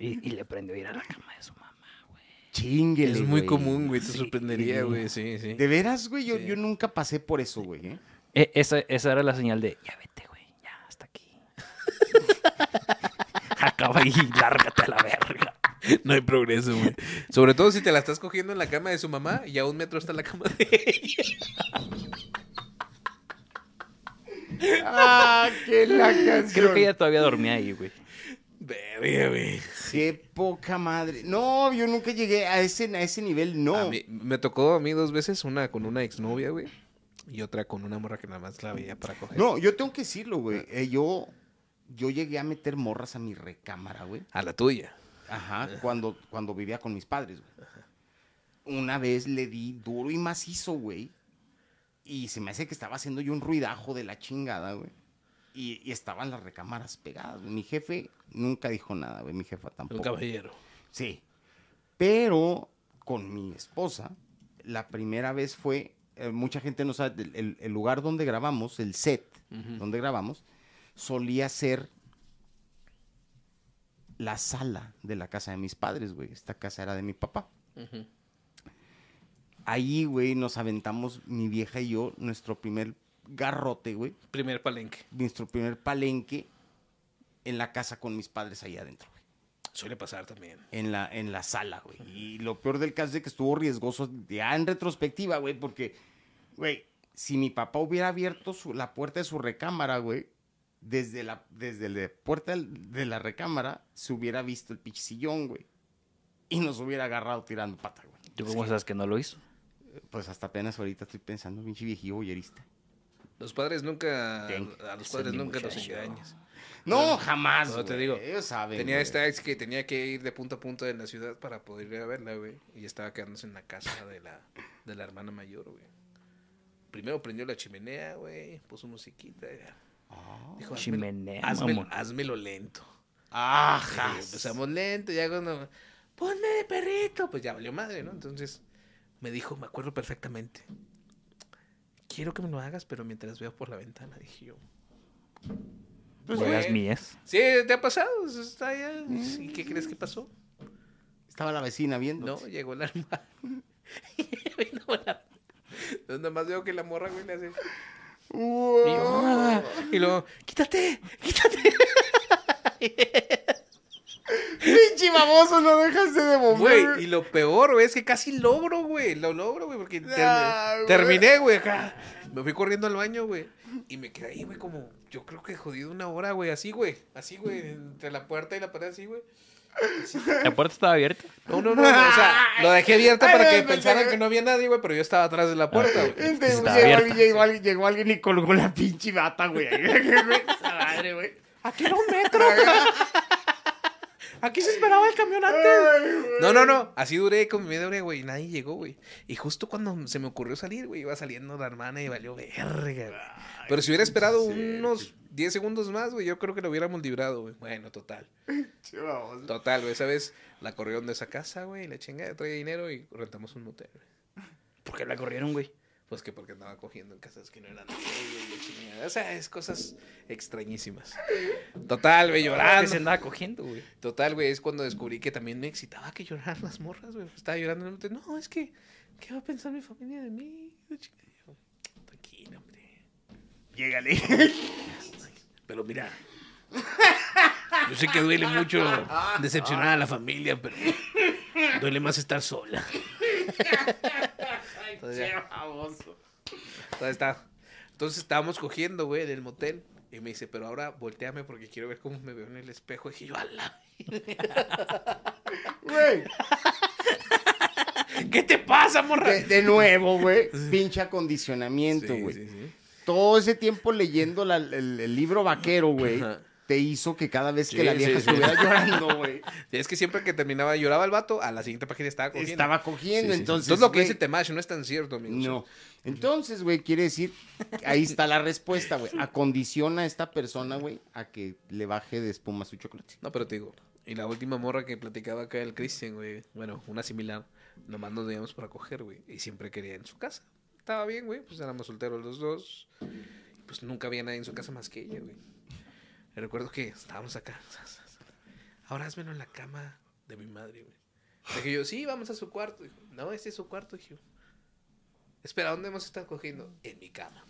[SPEAKER 4] Y, y le prendió a ir a la cama de su mamá, güey.
[SPEAKER 2] Chinguele,
[SPEAKER 3] Es muy
[SPEAKER 2] güey.
[SPEAKER 3] común, güey. Te
[SPEAKER 4] Sí.
[SPEAKER 3] sorprendería, güey. Sí, sí.
[SPEAKER 2] De veras, güey, yo,
[SPEAKER 3] Sí.
[SPEAKER 2] yo nunca pasé por eso, güey. ¿eh?
[SPEAKER 4] E- esa, esa era la señal de, ya vete, güey, ya, hasta aquí. Acaba ahí, lárgate a la verga.
[SPEAKER 3] No hay progreso, güey. Sobre todo si te la estás cogiendo en la cama de su mamá y a un metro está la cama de ella.
[SPEAKER 2] ¡Ah, qué la canción!
[SPEAKER 4] Creo que ella todavía dormía ahí, güey.
[SPEAKER 3] Verga, güey.
[SPEAKER 2] ¡Qué poca madre! No, yo nunca llegué a ese, a ese nivel, no.
[SPEAKER 3] A mí- me tocó a mí dos veces, una con una exnovia, güey. Y otra con una morra que nada más la veía para coger.
[SPEAKER 2] No, yo tengo que decirlo, güey. Eh, yo, yo llegué a meter morras a mi recámara, güey.
[SPEAKER 3] A la tuya.
[SPEAKER 2] Ajá, cuando, cuando vivía con mis padres, güey. Una vez le di duro y macizo, güey. Y se me hace que estaba haciendo yo un ruidajo de la chingada, güey. Y, y estaban las recámaras pegadas. güey. Mi jefe nunca dijo nada, güey. Mi jefa
[SPEAKER 3] Un
[SPEAKER 2] tampoco.
[SPEAKER 3] caballero.
[SPEAKER 2] Sí. Pero con mi esposa, la primera vez fue, eh, mucha gente no sabe, el, el- el lugar donde grabamos, el set donde grabamos, solía ser la sala de la casa de mis padres, güey. Esta casa era de mi papá. Ahí, güey, nos aventamos, mi vieja y yo, nuestro primer garrote, güey.
[SPEAKER 3] Primer palenque.
[SPEAKER 2] Nuestro primer palenque en la casa con mis padres ahí adentro, güey
[SPEAKER 3] Suele pasar también.
[SPEAKER 2] en la, en la sala, güey. Y lo peor del caso es de que estuvo riesgoso ya en retrospectiva, güey, porque, güey, si mi papá hubiera abierto su- la puerta de su recámara, güey, desde la, desde la puerta del- de la recámara se hubiera visto el pinche sillón, güey. Y nos hubiera agarrado tirando pata, güey.
[SPEAKER 4] ¿Tú cómo sabes que no lo hizo?
[SPEAKER 2] Pues hasta apenas ahorita estoy pensando, pinche viejillo boyerista.
[SPEAKER 3] Los padres nunca.
[SPEAKER 2] Ten-
[SPEAKER 3] A los
[SPEAKER 2] ese
[SPEAKER 3] padres
[SPEAKER 2] mi
[SPEAKER 3] nunca los
[SPEAKER 2] muchacho.
[SPEAKER 3] engañas.
[SPEAKER 2] No, jamás,
[SPEAKER 3] No, te
[SPEAKER 2] güey.
[SPEAKER 3] digo,
[SPEAKER 2] Ellos saben,
[SPEAKER 3] Tenía
[SPEAKER 2] güey.
[SPEAKER 3] esta ex que tenía que ir de punto a punto en la ciudad para poder ir a verla, güey. Y estaba quedándose en la casa de la, de la hermana mayor, güey. Primero prendió la chimenea, güey. Puso musiquita. ya.
[SPEAKER 2] Ah.
[SPEAKER 3] Dijo,
[SPEAKER 4] Chimenea,
[SPEAKER 3] hazmelo,
[SPEAKER 4] mamón.
[SPEAKER 3] hazmelo lento. Ah.
[SPEAKER 2] Ajá.
[SPEAKER 3] Y empezamos lento, ya cuando. Ponme de perrito. Pues ya valió madre, ¿no? Entonces me dijo, me acuerdo perfectamente. Quiero que me lo hagas, pero mientras veo por la ventana, dije yo.
[SPEAKER 2] Pues,
[SPEAKER 4] Juegas
[SPEAKER 2] güey,
[SPEAKER 4] mías.
[SPEAKER 3] Sí, te ha pasado, eso está ya. ¿Y qué crees que pasó?
[SPEAKER 2] estaba la vecina viendo.
[SPEAKER 3] No, llegó la hermana. Vino la- Entonces, Nada más veo que la morra, güey, le hace. Y, yo, "Ah", y luego, quítate, quítate.
[SPEAKER 2] Pinche baboso, no dejaste de
[SPEAKER 3] Güey, y lo peor, güey, es que casi logro, güey. Lo logro, güey, porque ter-
[SPEAKER 2] Ah, güey.
[SPEAKER 3] terminé, güey, acá. Me fui corriendo al baño, güey. Y me quedé ahí, güey, como yo creo que jodido una hora, güey, así, güey. Así, güey, entre la puerta y la pared, así, güey.
[SPEAKER 4] La puerta estaba abierta.
[SPEAKER 3] No, no, no, no, o sea, lo dejé abierto para
[SPEAKER 2] Ay,
[SPEAKER 3] que
[SPEAKER 2] no,
[SPEAKER 3] pensaran
[SPEAKER 2] no,
[SPEAKER 3] que no había nadie, güey, pero yo estaba atrás de la puerta,
[SPEAKER 4] Ah,
[SPEAKER 3] güey.
[SPEAKER 2] Este,
[SPEAKER 4] Está
[SPEAKER 2] llegó,
[SPEAKER 4] abierta.
[SPEAKER 2] alguien, llegó alguien- llegó alguien y colgó la pinche bata, güey. Esa madre, güey.
[SPEAKER 3] Aquí era un metro. Aquí se esperaba el camión antes.
[SPEAKER 2] Ay, güey.
[SPEAKER 3] No, no, no. Así duré con mi media hora, güey. y Nadie llegó, güey. Y justo cuando se me ocurrió salir, güey, iba saliendo la hermana y valió verga. güey. Pero si hubiera esperado unos 10 segundos más, güey, yo creo que lo hubiéramos librado, güey. Bueno, total.
[SPEAKER 2] Che, baboso.
[SPEAKER 3] Total, güey. Esa vez la corrieron de esa casa, güey. La chingada traía dinero y rentamos un motel. güey.
[SPEAKER 4] ¿Por qué la corrieron, güey?
[SPEAKER 3] Pues que porque andaba cogiendo en casas que no eran de ella y la chingada. O sea, es cosas extrañísimas. Total, güey,
[SPEAKER 4] Que se
[SPEAKER 3] llorando.
[SPEAKER 4] andaba cogiendo, güey.
[SPEAKER 3] Total, güey, es cuando descubrí que también me excitaba que lloraran las morras, güey. Estaba llorando en el hotel. No, es que, ¿qué va a pensar mi familia de mí? La chica, yo, Tranquilo, hombre.
[SPEAKER 2] Llégale.
[SPEAKER 3] Pero mira, yo sé que duele mucho decepcionar a la familia, pero duele más estar sola. Entonces, ya,
[SPEAKER 2] Che, baboso.
[SPEAKER 3] entonces está. Entonces estábamos cogiendo, güey, en el motel. Y me dice, pero ahora volteame porque quiero ver cómo me veo en el espejo. Y dije yo, ala,
[SPEAKER 2] Güey,
[SPEAKER 3] ¿qué te pasa, morra?
[SPEAKER 2] de, de nuevo, güey. Pinche acondicionamiento,
[SPEAKER 3] Sí,
[SPEAKER 2] güey.
[SPEAKER 3] sí, sí.
[SPEAKER 2] Todo ese tiempo leyendo la- el, el libro vaquero, güey,
[SPEAKER 3] Ajá.
[SPEAKER 2] te hizo que cada vez que
[SPEAKER 3] Sí,
[SPEAKER 2] la vieja
[SPEAKER 3] sí, sí.
[SPEAKER 2] estuviera llorando, güey,
[SPEAKER 3] Y es que siempre que terminaba, lloraba el vato, a la siguiente página estaba cogiendo.
[SPEAKER 2] estaba
[SPEAKER 3] Sí, sí, sí.
[SPEAKER 2] cogiendo. Entonces,
[SPEAKER 3] lo que
[SPEAKER 2] güey,
[SPEAKER 3] dice Temash no es tan cierto, amigos.
[SPEAKER 2] No. Entonces, güey, quiere decir, ahí está la respuesta, güey. Acondiciona a esta persona, güey, a que le baje de espuma su chocolate.
[SPEAKER 3] Pues, No, pero te digo. Y la última morra que platicaba acá el Christian, güey. Bueno, una similar. Nomás nos veíamos para coger, güey. Y siempre quería en su casa. Estaba bien, güey. Pues éramos solteros los dos. Y pues nunca había nadie en su casa más que ella, güey. Y Recuerdo que estábamos acá. Ahora házmelo en la cama de mi madre, güey. Dije yo, sí, vamos a su cuarto. Dijo, no, este es su cuarto, dije yo. Espera, ¿dónde hemos estado cogiendo? En mi cama.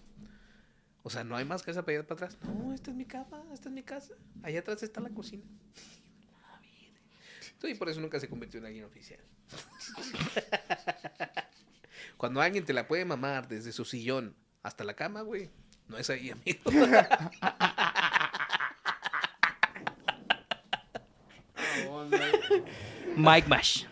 [SPEAKER 3] O sea, no hay más casa para allá para atrás. No, esta es mi cama, esta es mi casa. Allá atrás está la cocina. Sí, por eso nunca se convirtió en alguien oficial. Cuando alguien te la puede mamar desde su sillón hasta la cama, güey, no es ahí, amigo.
[SPEAKER 4] Mike Mash.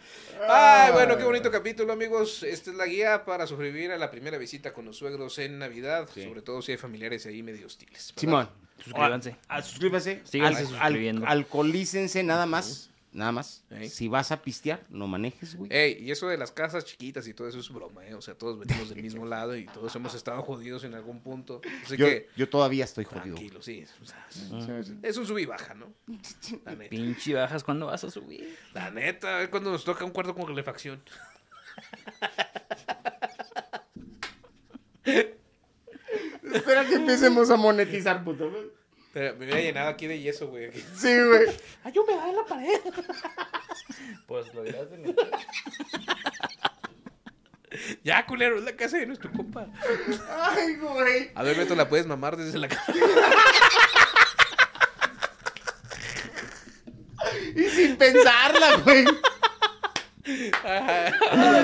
[SPEAKER 3] Ay, bueno,
[SPEAKER 2] Ah.
[SPEAKER 3] qué bonito capítulo, amigos. Esta es la guía para sobrevivir a la primera visita con los suegros en Navidad,
[SPEAKER 2] Sí.
[SPEAKER 3] sobre todo si hay familiares ahí medio hostiles. ¿verdad?
[SPEAKER 2] Simón.
[SPEAKER 4] Suscríbanse.
[SPEAKER 2] Ah, ah, suscríbase.
[SPEAKER 4] Síganse
[SPEAKER 2] Al-
[SPEAKER 4] suscribiendo.
[SPEAKER 2] alcoholícense nada más. Nada más.
[SPEAKER 3] Ey.
[SPEAKER 2] Si vas a pistear, no manejes, güey.
[SPEAKER 3] Ey, y eso de las casas chiquitas y todo eso es broma, ¿eh? O sea, todos venimos del mismo lado y todos hemos estado jodidos en algún punto. Así
[SPEAKER 2] Yo,
[SPEAKER 3] que,
[SPEAKER 2] yo todavía estoy jodido.
[SPEAKER 3] tranquilo, sí. o sea, es un sub y baja, ¿no? La neta.
[SPEAKER 4] Pinche bajas, ¿cuándo vas a subir?
[SPEAKER 3] La neta, a ver cuando nos toca un cuarto con calefacción.
[SPEAKER 2] Espera que empecemos a monetizar, puto.
[SPEAKER 3] Pero me hubiera llenado aquí de yeso, güey. aquí.
[SPEAKER 2] Sí, güey.
[SPEAKER 3] Hay humedad en la pared.
[SPEAKER 4] Pues lo dirás
[SPEAKER 3] Ya, culero, es la casa de nuestro compa.
[SPEAKER 2] Ay, güey.
[SPEAKER 3] A ver, Beto, la puedes mamar desde la casa.
[SPEAKER 2] Y sin pensarla, güey. Ay,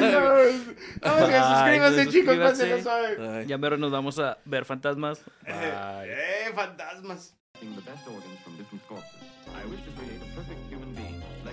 [SPEAKER 2] no. Oigan, suscríbanse,
[SPEAKER 4] Ay,
[SPEAKER 2] chicos,
[SPEAKER 4] no, suscríbanse.
[SPEAKER 2] pásenlo suave.
[SPEAKER 4] Ya mero nos vamos a ver fantasmas.
[SPEAKER 2] Eh, fantasmas.
[SPEAKER 5] the best organs from different corpses. I wish to create a perfect human being.